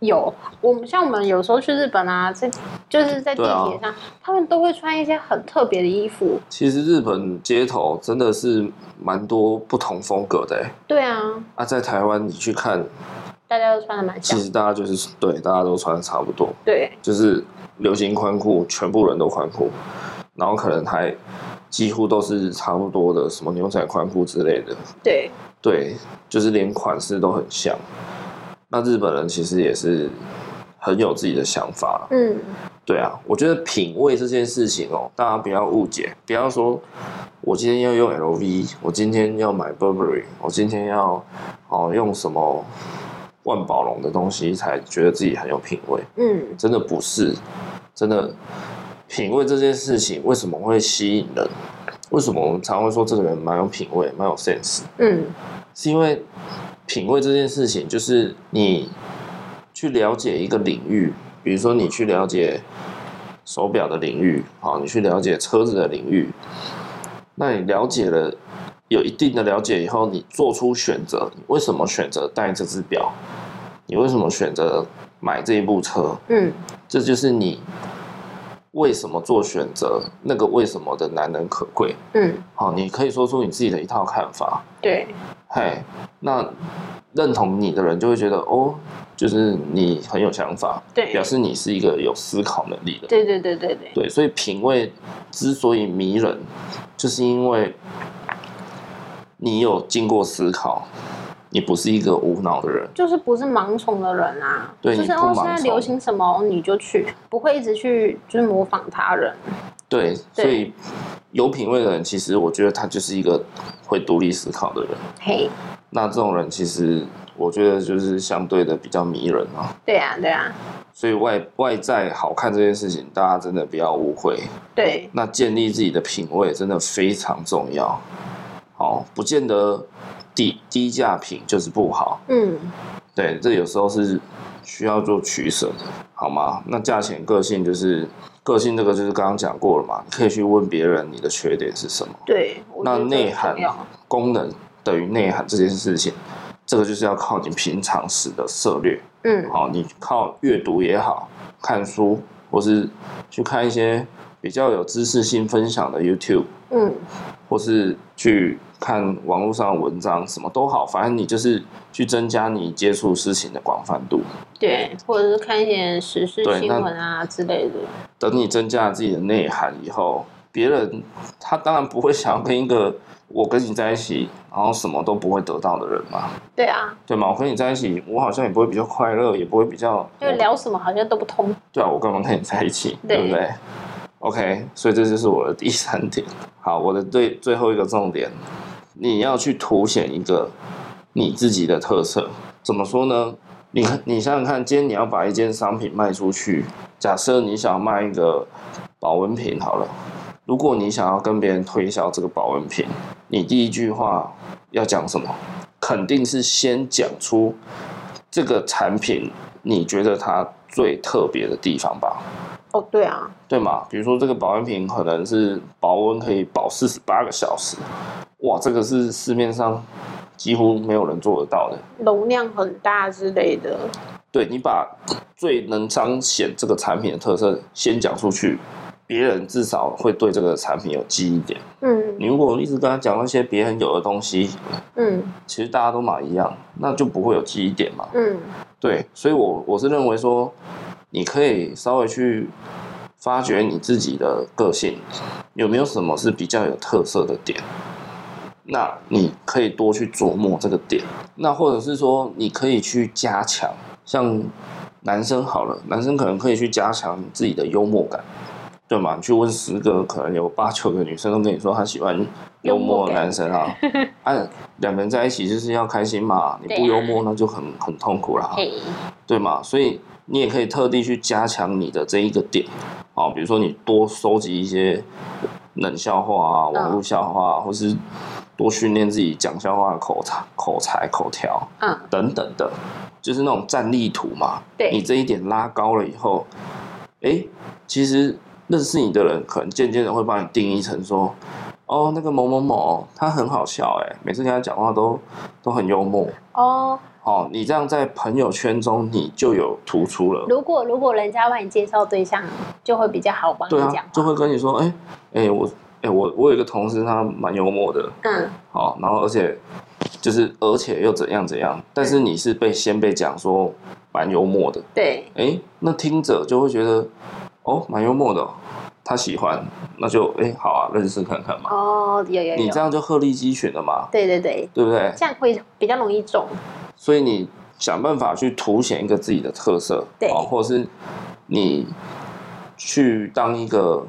S3: 有，我们像我们有时候去日本啊，在就是在地
S1: 对啊
S3: 铁上，他们都会穿一些很特别的衣服。
S1: 其实日本街头真的是蛮多不同风格的、欸、
S3: 对啊，
S1: 啊，在台湾你去看，
S3: 大家都穿的蛮
S1: 其
S3: 像。
S1: 实大家就是对大家都穿的差不多，
S3: 对，
S1: 就是流行宽裤，全部人都宽裤，然后可能还几乎都是差不多的，什么牛仔宽裤之类的，
S3: 对，
S1: 对，就是连款式都很像。那日本人其实也是很有自己的想法啦
S3: 嗯，
S1: 对啊，我觉得品味这件事情哦，大家不要误解，不要说我今天要用 LV，我今天要买 Burberry，我今天要哦用什么万宝龙的东西才觉得自己很有品味，
S3: 嗯，
S1: 真的不是，真的品味这件事情为什么会吸引人？为什么我们常会说这个人蛮有品味，蛮有 sense？
S3: 嗯，
S1: 是因为品味这件事情，就是你去了解一个领域，比如说你去了解手表的领域，好，你去了解车子的领域，那你了解了有一定的了解以后，你做出选择，你为什么选择戴这只表？你为什么选择买这一部车？
S3: 嗯，
S1: 这就是你为什么做选择，那个为什么的难能可贵。
S3: 嗯，
S1: 好，你可以说出你自己的一套看法。
S3: 对，
S1: 嘿，那认同你的人就会觉得哦，就是你很有想法，
S3: 对，
S1: 表示你是一个有思考能力的。
S3: 对对对对对，
S1: 对，所以品味之所以迷人，就是因为你有经过思考，你不是一个无脑的人。
S3: 就是不是盲从的人啊，
S1: 对
S3: 就是
S1: 你不
S3: 哦，
S1: 盲
S3: 现
S1: 从
S3: 在流行什么你就去，不会一直去就是模仿他人。
S1: 对，所
S3: 对
S1: 以有品味的人，其实我觉得他就是一个会独立思考的人。
S3: 嘿，
S1: 那这种人，其实我觉得就是相对的比较迷人啊。
S3: 对啊，对啊，
S1: 所以外外在好看这件事情，大家真的不要误会。
S3: 对，
S1: 那建立自己的品味真的非常重要。好，不见得低低价品就是不好，
S3: 嗯，
S1: 对，这有时候是需要做取舍的，好吗？那价钱、个性就是个性，这个就是刚刚讲过了嘛，你可以去问别人你的缺点是什么，
S3: 对，我觉
S1: 那
S3: 得这
S1: 内
S3: 很
S1: 涵
S3: 重要
S1: 功能等于内涵这件事情。这个就是要靠你平常时的策略，
S3: 嗯，
S1: 好，你靠阅读也好，看书，或是去看一些比较有知识性分享的 YouTube，
S3: 嗯，
S1: 或是去看网络上的文章，什么都好，反正你就是去增加你接触事情的广泛度。
S3: 对，或者是看一点时事
S1: 对
S3: 新
S1: 那
S3: 闻啊之类的。
S1: 等你增加了自己的内涵以后，别人他当然不会想要跟一个我跟你在一起，然后什么都不会得到的人嘛，
S3: 对啊，
S1: 对吗？我跟你在一起，我好像也不会比较快乐，也不会比较
S3: 就聊什么好像都不通。
S1: 对啊，我干嘛跟你在一起，
S3: 对
S1: 对不对？OK，所以这就是我的第三点。好，我的最最后一个重点，你要去凸显一个你自己的特色。怎么说呢？你看，你想想看，今天你要把一件商品卖出去，假设你想要卖一个保温瓶好了，如果你想要跟别人推销这个保温瓶，你第一句话要讲什么？肯定是先讲出这个产品你觉得它最特别的地方吧，
S3: 哦，对啊，
S1: 对吗？比如说这个保温瓶可能是保温可以保四十八个小时，哇，这个是市面上几乎没有人做得到的。
S3: 容量很大之类的。
S1: 对你把最能彰显这个产品的特色先讲出去，别人至少会对这个产品有记忆点。
S3: 嗯
S1: 你如果一直跟他讲那些别人有的东西，
S3: 嗯
S1: 其实大家都买一样，那就不会有记忆点嘛。
S3: 嗯，
S1: 对，所以我我是认为说，你可以稍微去发掘你自己的个性，有没有什么是比较有特色的点？那你可以多去琢磨这个点，那或者是说你可以去加强，像男生好了，男生可能可以去加强自己的幽默感，对吗？你去问十个，可能有八九个女生都跟你说她喜欢幽默的男生啊。啊，两个人在一起就是要开心嘛，你不
S2: 对啊
S1: 幽默那就很很痛苦啊啦。
S2: 嘿，
S1: 对吗？所以你也可以特地去加强你的这一个点啊，比如说你多收集一些冷笑话啊、网络笑话啊，或是多训练自己讲笑话的口才、口才、口条
S2: 嗯，
S1: 等等的，就是那种战力图嘛。你
S2: 对，
S1: 这一点拉高了以后，诶，其实认识你的人可能渐渐的会把你定义成说。哦，那个某某某，他很好笑诶，每次跟他讲话都都很幽默。
S3: 哦。
S1: 哦，你这样在朋友圈中你就有突出了，
S3: 如果如果人家帮你介绍对象，就会比较好帮你
S1: 对啊
S3: 讲，话。
S1: 就会跟你说，哎、哎、我哎、我我有一个同事，他蛮幽默的，
S2: 嗯，
S1: 好、然后而且就是而且又怎样怎样，但是你是被先被讲说蛮幽默的，
S2: 对，
S1: 哎、那听者就会觉得哦，蛮幽默的哦、他喜欢，那就哎、好啊，认识看看嘛，
S3: 哦，有有
S1: 你这
S3: 有，
S1: 样就鹤立鸡群了嘛，
S3: 对对对，
S1: 对不对？
S3: 这样会比较容易中。
S1: 所以你想办法去凸显一个自己的特色，
S3: 对
S1: 哦，或者是你去当一个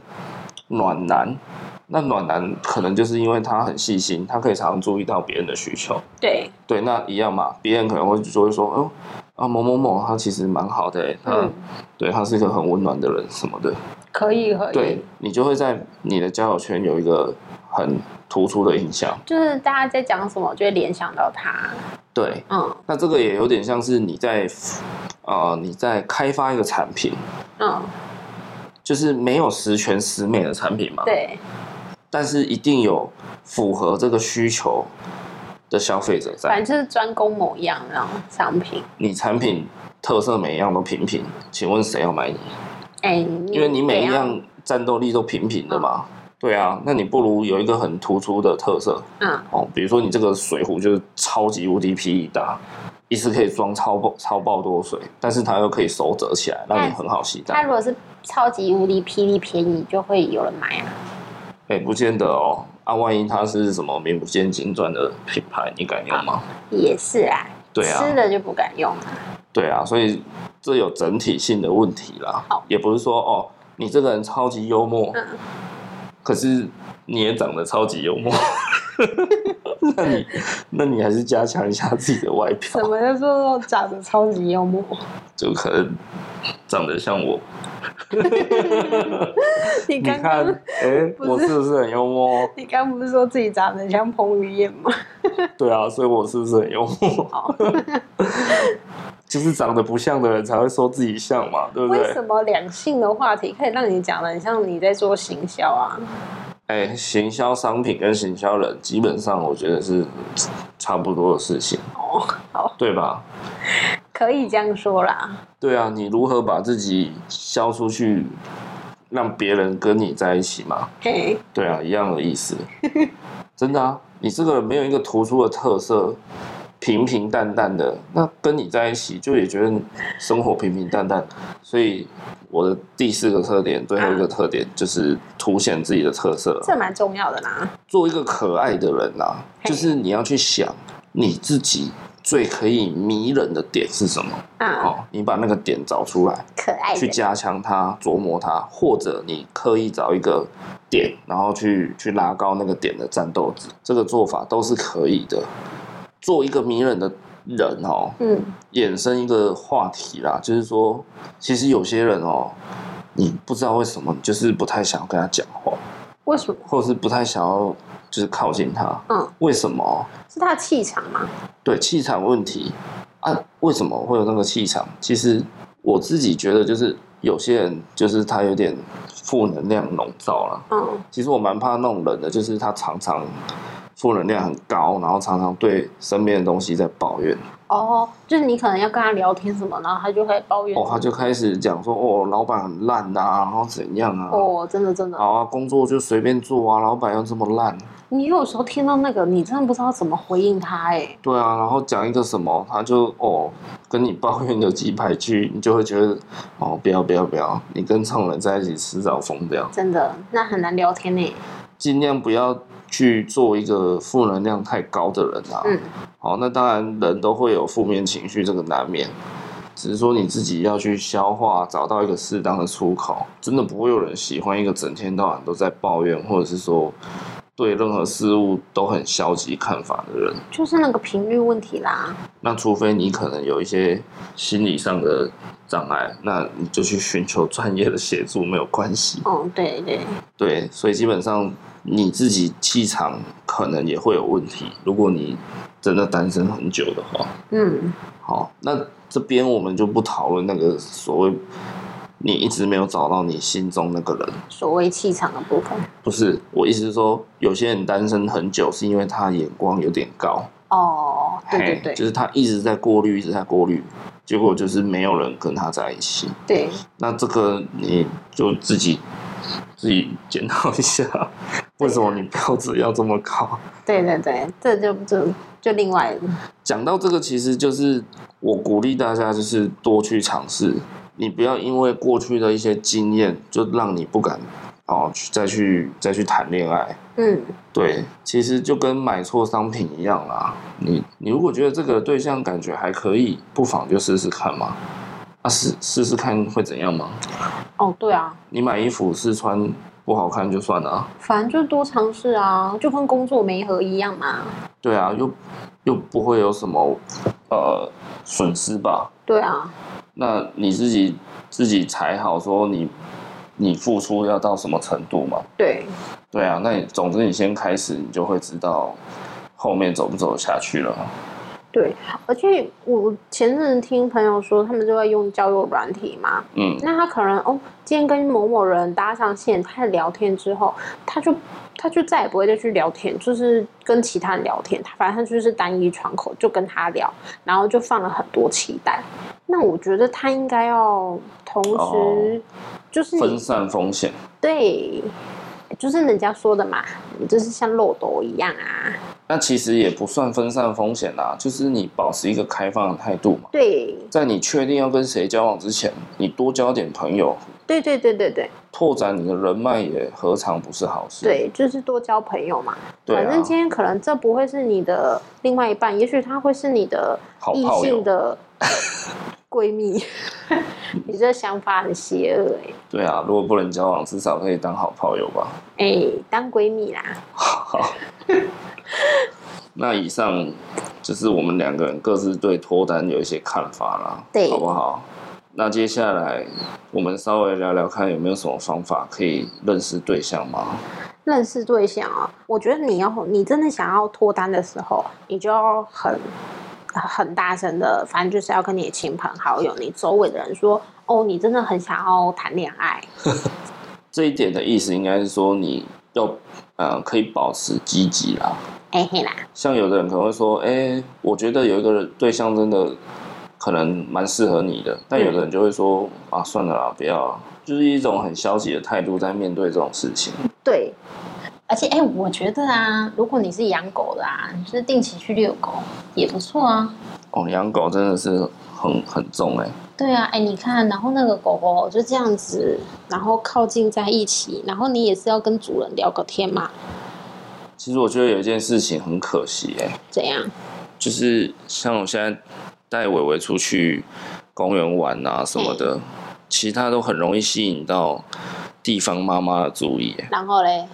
S1: 暖男。那暖男可能就是因为他很细心，他可以常常注意到别人的需求。
S3: 对，
S1: 对，那一样嘛，别人可能会就会说，哦，啊某某某，他其实蛮好的、欸，他、
S3: 嗯，
S1: 对他是一个很温暖的人什么的。
S3: 可以可以。
S1: 对你就会在你的交友圈有一个很突出的印象。
S3: 就是大家在讲什么，就会联想到他。
S1: 对，
S3: 嗯
S1: 那这个也有点像是你在，呃，你在开发一个产品，
S3: 嗯，
S1: 就是没有十全十美的产品嘛，，
S3: 对
S1: 但是一定有符合这个需求的消费者在。
S3: 反正就是专攻某一样然后商品。
S1: 你产品特色每一样都平平，请问谁要买你？
S3: 哎、
S1: 因为你每一
S3: 怎
S1: 样战斗力都平平的嘛。对啊，那你不如有一个很突出的特色
S3: 嗯，
S1: 哦，比如说你这个水壶就是超级无敌霹雳大，一次可以装超爆超爆多水，但是它又可以手折起来，让你很好携带
S3: 嗯它。如果是超级无敌霹雳便宜，就会有人买啊。
S1: 哎、不见得哦。啊，万一它是什么名不见经传的品牌，你敢用吗？
S3: 也是啊，
S1: 对
S3: 吃
S1: 啊，
S3: 的就不敢用啊。
S1: 对啊，所以这有整体性的问题啦
S3: 好。
S1: 也不是说哦，你这个人超级幽默，
S3: 嗯
S1: 可是你也长得超级幽默， 那 你那你还是加强一下自己的外表，
S3: 么叫做长得超级幽默？
S1: 就可能长得像我。
S3: 你
S1: 你
S3: 刚
S1: 看
S3: 刚，
S1: 哎、我是不是很幽默？哦
S3: 你刚不是说自己长得像彭于晏吗？
S1: 对啊，所以我是不是很幽默？
S3: 哦，
S1: 就是长得不像的人才会说自己像嘛，对不对
S3: 为？什么两性的话题可以让你讲的很像你在做行销啊？
S1: 哎、行销商品跟行销人，基本上我觉得是差不多的事情，
S3: 哦，好，
S1: 对吧？
S3: 可以这样说啦。
S1: 对啊，你如何把自己销出去，让别人跟你在一起嘛？
S3: 嘿，
S1: 对啊，一样的意思。 真的啊，你这个人没有一个突出的特色，平平淡淡的，那跟你在一起就也觉得生活平平淡淡。所以我的第四个特点，最后一个特点就是凸显自己的特色。啊
S3: 这蛮重要的啦。
S1: 做一个可爱的人啊，
S3: 嘿
S1: 就是你要去想你自己最可以迷人的点是什么。
S3: 啊，
S1: 哦，你把那个点找出来，
S3: 可爱
S1: 去
S3: 的，
S1: 加强它、琢磨它，或者你刻意找一个点，然后去去拉高那个点的战斗值，这个做法都是可以的。做一个迷人的人哦，
S3: 嗯，
S1: 衍生一个话题啦，就是说，其实有些人哦，你不知道为什么，你就是不太想要跟他讲话，
S3: 为什么？
S1: 或者是不太想要就是靠近他，
S3: 嗯，
S1: 为什么？
S3: 是他的气场吗？
S1: 对气场问题啊，为什么会有那个气场？其实我自己觉得，就是有些人就是他有点负能量笼罩了。
S3: 嗯，
S1: 其实我蛮怕那种人的，就是他常常负能量很高，然后常常对身边的东西在抱怨。
S3: 哦，就是你可能要跟他聊天什么，然后他就会抱怨。
S1: 哦，他就开始讲说，哦，老板很烂啊，然后怎样啊，
S3: 哦，真的真的，
S1: 好啊，工作就随便做啊，老板又这么烂，
S3: 你有时候听到那个，你真的不知道怎么回应他哎。
S1: 对啊，然后讲一个什么，他就哦跟你抱怨个几百句，你就会觉得哦不要不要不要，你跟这种人在一起迟早疯掉，
S3: 真的，那很难聊天呢。
S1: 尽量不要去做一个负能量太高的人啊。
S3: 嗯，
S1: 好、那当然人都会有负面情绪，这个难免。只是说你自己要去消化，找到一个适当的出口。真的不会有人喜欢一个整天到晚都在抱怨，或者是说对任何事物都很消极看法的人。
S3: 就是那个频率问题啦。
S1: 那除非你可能有一些心理上的障碍，那你就去寻求专业的协助，没有关系。
S3: 哦，对对，
S1: 对，所以基本上你自己气场可能也会有问题。如果你真的单身很久的话，
S3: 嗯，
S1: 好，那这边我们就不讨论那个所谓你一直没有找到你心中那个人。
S3: 所谓气场的部分。
S1: 不是，我意思是说，有些人单身很久是因为他眼光有点高，
S3: 哦，对
S1: 嘿
S3: 对对
S1: 就是他一直在过滤，一直在过滤，结果就是没有人跟他在一起。
S3: 对，
S1: 那这个你就自己自己检讨一下， 为什么你标准要这么高？
S3: 对对对，这就就就另外
S1: 讲到这个，其实就是我鼓励大家，就是多去尝试，你不要因为过去的一些经验，就让你不敢哦去再去再去谈恋爱。
S3: 嗯，
S1: 对，其实就跟买错商品一样啦。你你如果觉得这个对象感觉还可以，不妨就试试看嘛。啊，试试试看会怎样吗？
S3: 哦，对啊，
S1: 你买衣服试穿不好看就算了、啊。
S3: 反正就多尝试啊，就跟工作没合一样嘛。
S1: 对啊，又又不会有什么呃损失吧？
S3: 对啊，
S1: 那你自己自己才好说你你付出要到什么程度嘛？
S3: 对，
S1: 对啊，那你总之你先开始，你就会知道后面走不走得下去了。啊
S3: 对，而且我前阵子听朋友说，他们就在用交友软体嘛，
S1: 嗯，
S3: 那他可能哦，今天跟某某人搭上线，他聊天之后，他就他就再也不会再去聊天，就是跟其他人聊天，他反正他就是单一窗口，就跟他聊，然后就放了很多期待。那我觉得他应该要同时，就是
S1: 分散风险。
S3: 对，就是人家说的嘛，你就是像漏斗一样啊，
S1: 那其实也不算分散风险啦，就是你保持一个开放的态度嘛。
S3: 对，
S1: 在你确定要跟谁交往之前，你多交点朋友，
S3: 对对对对对
S1: 拓展你的人脉也何尝不是好事？
S3: 对，就是多交朋友嘛。
S1: 对
S3: 反
S1: 啊
S3: 正，今天可能这不会是你的另外一半，也许他会是你的
S1: 好
S3: 异
S1: 炮友
S3: 性。 的闺蜜。 你这想法很邪恶哎、
S1: 对啊，如果不能交往，至少可以当好炮友吧。
S3: 哎、当闺蜜啦，
S1: 好，那以上就是我们两个人各自对脱单有一些看法啦，
S3: 对
S1: 好不好？那接下来我们稍微聊聊看有没有什么方法可以认识对象吗？
S3: 认识对象啊、我觉得你要你真的想要脱单的时候，你就要很很大声的，反正就是要跟你的亲朋好友、你周围的人说，哦，你真的很想要谈恋爱。
S1: 这一点的意思应该是说你要呃可以保持积极啦。
S3: 哎、嘿啦，
S1: 像有的人可能会说，哎、我觉得有一个人对象真的可能蛮适合你的，但有的人就会说、啊，算了啦，不要啦，就是一种很消极的态度在面对这种事情。
S3: 对。而且，哎、我觉得啊，如果你是养狗的啊，你就是定期去遛狗也不错啊。
S1: 哦，养狗真的是很很重哎、
S3: 对啊，哎，你看，然后那个狗狗就这样子，然后靠近在一起，然后你也是要跟主人聊个天嘛，
S1: 其实我觉得有一件事情很可惜哎、
S3: 怎样？
S1: 就是像我现在带伟伟出去公园玩啊什么的，其他都很容易吸引到地方妈妈的注意、欸。
S3: 然后嘞，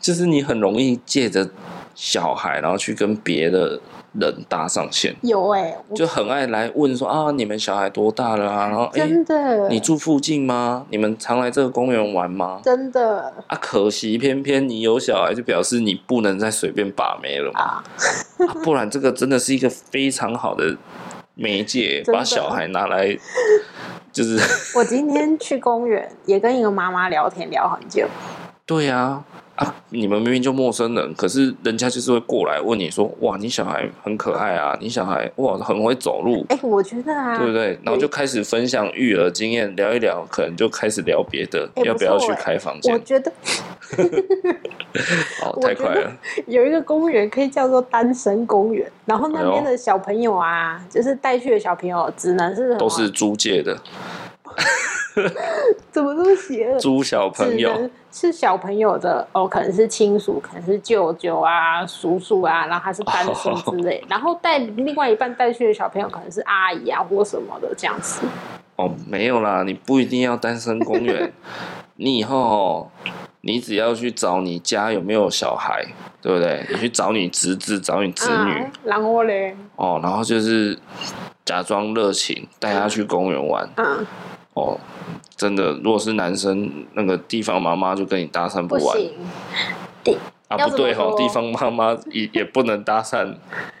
S1: 就是你很容易借着小孩，然后去跟别的人搭上线，
S3: 有哎、我
S1: 就很爱来问说啊，你们小孩多大了啊？然后哎、
S3: 真的，
S1: 你住附近吗？你们常来这个公园玩吗？
S3: 真的
S1: 啊，可惜偏偏你有小孩，就表示你不能再随便把妹了嘛、
S3: 啊，
S1: 啊不然这个真的是一个非常好的媒介，
S3: 真的
S1: 把小孩拿来就是
S3: 我今天去公园也跟一个妈妈聊天聊很久，
S1: 对呀、啊，啊，你们明明就陌生人，可是人家就是会过来问你说，哇，你小孩很可爱啊，你小孩哇很会走路。
S3: 哎、我觉得啊，
S1: 对不对？然后就开始分享育儿经验，聊一聊，可能就开始聊别的，
S3: 哎
S1: 要
S3: 不
S1: 不要
S3: 错
S1: 去
S3: 哎
S1: 开房
S3: 我
S1: 间？
S3: 觉得
S1: 哦，
S3: 我
S1: 太
S3: 觉
S1: 快
S3: 得
S1: 了！
S3: 有一个公园可以叫做单身公园，然后那边的小朋友啊，就是带去的小朋友只能是什么
S1: 都是租借的，
S3: 怎么这么邪恶？
S1: 猪小朋
S3: 只
S1: 友
S3: 能是小朋友的哦，可能是亲属，可能是舅舅啊、叔叔啊，然后他是 单亲之类，然后带另外一半带去的小朋友可能是阿姨啊或什么的这样子。
S1: 哦，没有啦，你不一定要单身公 园，你以后哦、你只要去找你家有没有小孩，对不对？你去找你侄子，找你侄女、
S3: 啊、然后嘞，
S1: 哦，然后就是假装热情，带他去公园玩
S3: 嗯，
S1: 哦。真的，如果是男生，那个地方妈妈就跟你搭讪
S3: 不
S1: 完
S3: 行，
S1: 啊，
S3: 要
S1: 不
S3: 怎么
S1: 对哦，
S3: 说
S1: 地方妈妈也也不能搭讪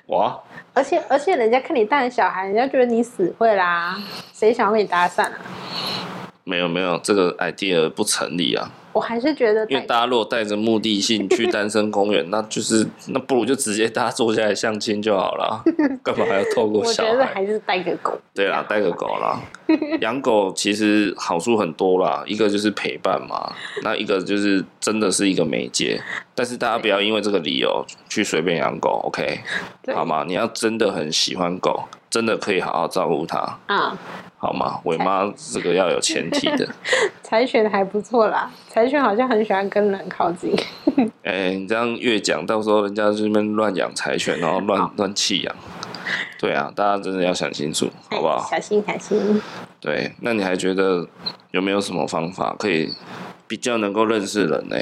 S1: 哇。
S3: 而且而且人家看你带小孩，人家觉得你死会啦，谁想要跟你搭讪啊？
S1: 没有没有，这个 idea 不成立啊！
S3: 我还是觉得
S1: 因为
S3: 带
S1: 大家如果带着目的性去单身公园， 那就是那不如就直接大家坐下来相亲就好了，啊干嘛还要透过
S3: 我
S1: 小
S3: 觉得
S1: 孩？
S3: 还是带个狗。
S1: 对啦，带个狗 啦，养狗其实好处很多啦，一个就是陪伴嘛，那一个就是真的是一个媒介，但是大家不要因为这个理由去随便养狗，OK？
S3: 对
S1: 好吗？你要真的很喜欢狗，真的可以好好照顾它，
S3: 啊、
S1: 好吗？伟妈这个要有前提 的。
S3: 柴犬还不错啦，柴犬好像很喜欢跟人靠近。
S1: 哎、你这样越讲，到时候人家这边乱养柴犬，然后乱
S3: 好
S1: 乱弃养，对啊，大家真的要想清楚，好不好？
S3: 哎小心小心。
S1: 对，那你还觉得有没有什么方法可以比较能够认识人呢、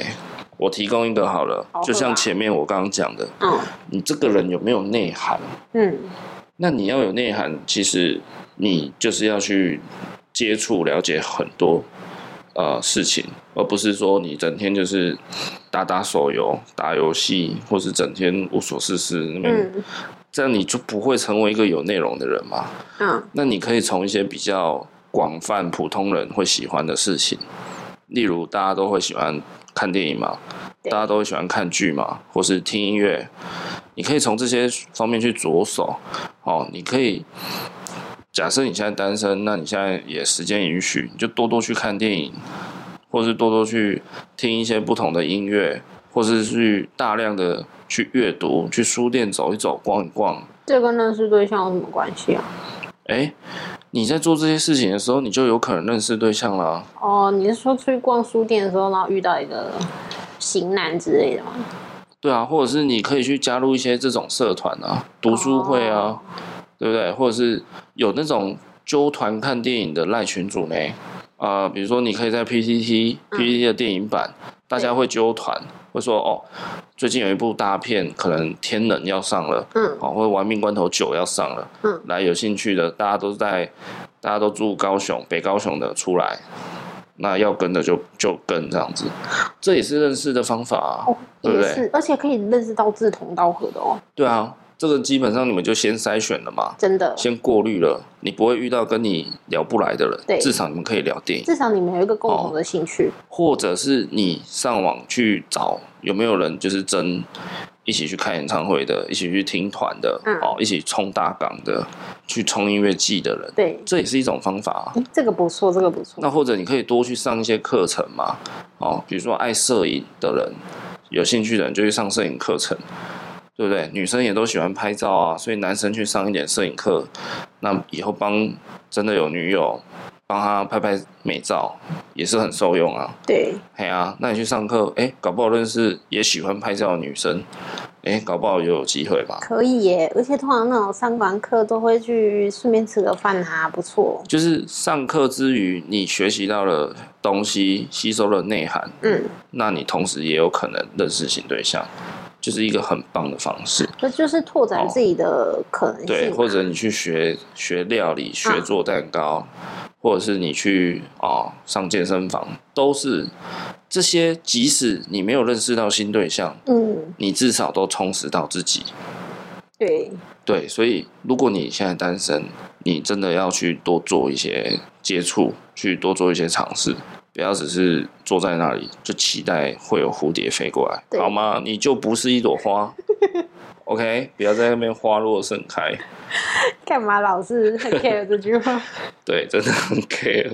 S1: 我提供一个好了，
S3: 好
S1: 就像
S3: 啊
S1: 前面我刚刚讲的，
S3: 嗯
S1: 你这个人有没有内涵？
S3: 嗯，
S1: 那你要有内涵，其实你就是要去接触、了解很多呃事情，而不是说你整天就是打打手游、打游戏，或是整天无所事事那边，
S3: 嗯
S1: 这样你就不会成为一个有内容的人嘛。
S3: 嗯，
S1: 那你可以从一些比较广泛普通人会喜欢的事情，例如大家都会喜欢看电影嘛，
S3: 对
S1: 大家都会喜欢看剧嘛，或是听音乐，你可以从这些方面去着手。哦，你可以假设你现在单身，那你现在也时间允许，你就多多去看电影，或是多多去听一些不同的音乐，或是去大量的去阅读，去书店走一走，逛一逛，
S3: 这跟认识对象有什么关系啊？
S1: 哎，你在做这些事情的时候，你就有可能认识对象啦。
S3: 哦，你是说出去逛书店的时候，然后遇到一个型男之类的吗？
S1: 对啊，或者是你可以去加入一些这种社团
S3: 哦
S1: 啊，读书会啊，对不对？或者是有那种揪团看电影的赖群主呢，啊、比如说你可以在 PTT、PTT
S3: 嗯
S1: 的电影版，大家会揪团，会说哦，最近有一部大片，可能《天能》要上了，
S3: 嗯
S1: 哦，或者《玩命关头九》要上了，
S3: 嗯，
S1: 来有兴趣的，大家都在，大家都住高雄，北高雄的出来，那要跟的就就跟这样子，这也是认识的方法啊，
S3: 哦，
S1: 对不
S3: 也
S1: 对
S3: 是，而且可以认识到志同道合的哦，
S1: 对啊，这个基本上你们就先筛选了嘛，
S3: 真的。
S1: 先过滤了，你不会遇到跟你聊不来的人，
S3: 对
S1: 至少你们可以聊电影，
S3: 至少你们有一个共同的兴趣，
S1: 或者是你上网去找有没有人就是真一起去看演唱会的，一起去听团的，
S3: 嗯
S1: 哦，一起冲大港的，去冲音乐季的人，
S3: 对，
S1: 这也是一种方法、啊。
S3: 诶这个不错，这个不错
S1: 那。或者你可以多去上一些课程嘛，哦，比如说爱摄影的人，有兴趣的人就去上摄影课程，对不对？女生也都喜欢拍照啊，所以男生去上一点摄影课，那以后帮真的有女友帮她拍拍美照，也是很受用啊。
S3: 对，
S1: 嘿啊，那你去上课，哎，搞不好认识也喜欢拍照的女生，哎，搞不好也有机会吧。
S3: 可以耶。而且通常那种上完课都会去顺便吃个饭啊，不错。
S1: 就是上课之余，你学习到了东西，吸收了内涵，
S3: 嗯，
S1: 那你同时也有可能认识新对象，就是一个很棒的方式。
S3: 这就是拓展自己的可能性嘛。啊
S1: 对，或者你去学学料理、学做蛋糕，或者是你去哦上健身房，都是这些。即使你没有认识到新对象，
S3: 嗯，
S1: 你至少都充实到自己。
S3: 对，
S1: 对，所以如果你现在单身，你真的要去多做一些接触，去多做一些尝试，不要只是坐在那里就期待会有蝴蝶飞过来，
S3: 对
S1: 好吗？你就不是一朵花，OK？不要在那边花落盛开，
S3: 干嘛老是很 care 这句话？
S1: 对，真的很 care。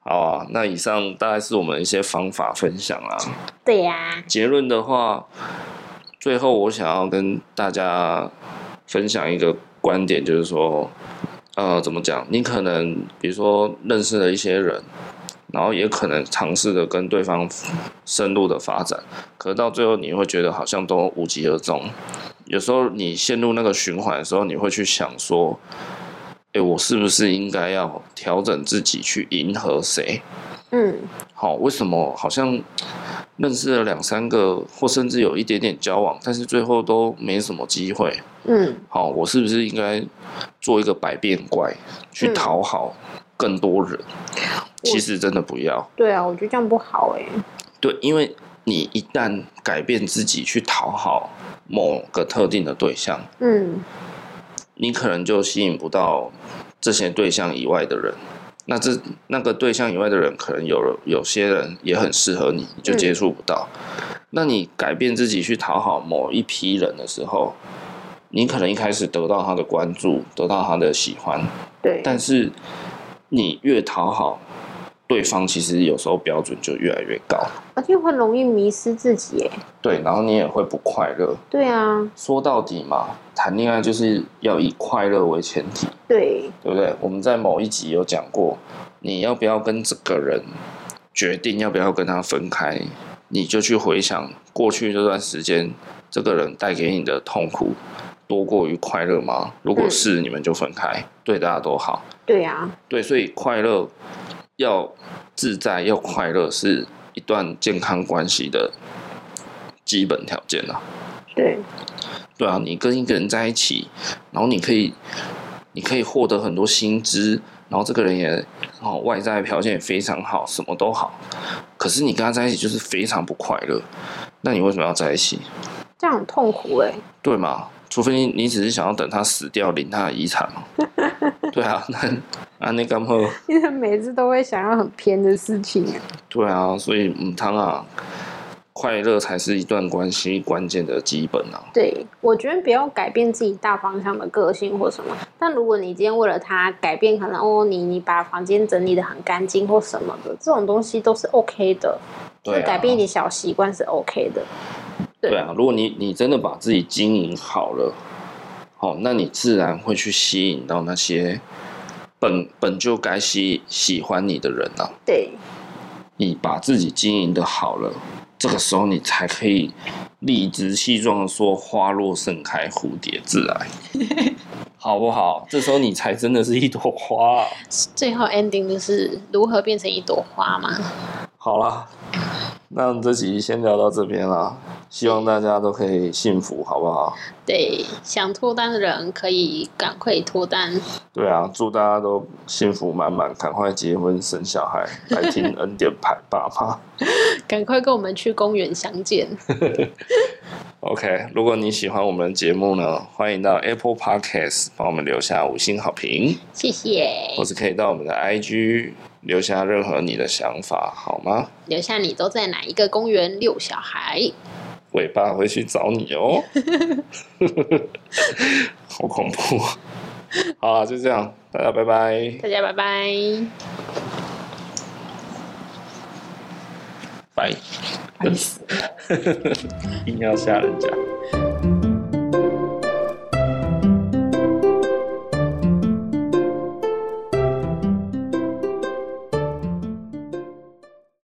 S1: 好啊，那以上大概是我们一些方法分享啊啦。
S3: 对呀、
S1: 结论的话，最后我想要跟大家分享一个观点，就是说，呃，怎么讲？你可能比如说认识了一些人，然后也可能尝试着跟对方深入的发展，可是到最后你会觉得好像都无疾而终。有时候你陷入那个循环的时候，你会去想说，诶，我是不是应该要调整自己去迎合谁？
S3: 嗯，
S1: 好，为什么好像认识了两三个，或甚至有一点点交往，但是最后都没什么机会？
S3: 嗯，
S1: 好，我是不是应该做一个百变怪，去
S3: 嗯
S1: 讨好更多人？其实真的不要，
S3: 对啊，我觉得这样不好哎、
S1: 对，因为你一旦改变自己去讨好某个特定的对象，
S3: 嗯
S1: 你可能就吸引不到这些对象以外的人。那这那个对象以外的人，可能有人有些人也很适合你，你就接触不到。那你改变自己去讨好某一批人的时候，你可能一开始得到他的关注，得到他的喜欢，
S3: 对，
S1: 但是你越讨好对方，其实有时候标准就越来越高。
S3: 而且会容易迷失自己哎、
S1: 对，然后你也会不快乐。
S3: 对啊，
S1: 说到底嘛，谈恋爱就是要以快乐为前提。
S3: 对，
S1: 对不对？我们在某一集有讲过，你要不要跟这个人决定要不要跟他分开，你就去回想过去这段时间，这个人带给你的痛苦多过于快乐吗？如果是，你们就分开，对大家都好。
S3: 对啊，
S1: 对，所以快乐要自在，要快乐是一段健康关系的基本条件啊。
S3: 对，
S1: 对啊，你跟一个人在一起，然后你可以，你可以获得很多薪资，然后这个人也哦外在条件也非常好，什么都好，可是你跟他在一起就是非常不快乐，那你为什么要在一起？
S3: 这样很痛苦哎、
S1: 对吗？除非你只是想要等他死掉领他的遗产嘛。对啊，那啊那干嘛？
S3: 因为每次都会想要很偏的事情、欸。
S1: 对啊，所以嗯，汤啊，快乐才是一段关系关键的基本啊。
S3: 对，我觉得不要改变自己大方向的个性或什么。但如果你今天为了他改变，可能哦，你你把房间整理的很干净或什么的，这种东西都是 OK 的。就
S1: 对啊
S3: 改变一点小习惯是 OK 的。对
S1: 对啊，如果你你真的把自己经营好了，好、那你自然会去吸引到那些本本就该吸喜欢你的人啊。
S3: 对，
S1: 你把自己经营的好了，这个时候你才可以理直气壮的说“花落盛开，蝴蝶自来”，好不好？这时候你才真的是一朵花啊、
S2: 最后 ending 就是如何变成一朵花嘛？
S1: 好啦，那这集先聊到这边啦，希望大家都可以幸福，好不好？
S2: 对，想脱单的人可以赶快脱单。
S1: 对啊，祝大家都幸福满满，赶快结婚生小孩，来听恩典牌爸妈。
S2: 赶快跟我们去公园相见。
S1: OK，如果你喜欢我们的节目呢，欢迎到 Apple Podcast 帮我们留下五星好评，
S2: 谢谢，
S1: 或是可以到我们的 IG 留下任何你的想法，好吗？
S2: 留下你都在哪一个公园遛小孩？
S1: 尾巴会去找你哦， 好恐怖。好啊，就这样，大家拜拜。
S2: 大家拜拜。
S1: 拜，硬要吓人家。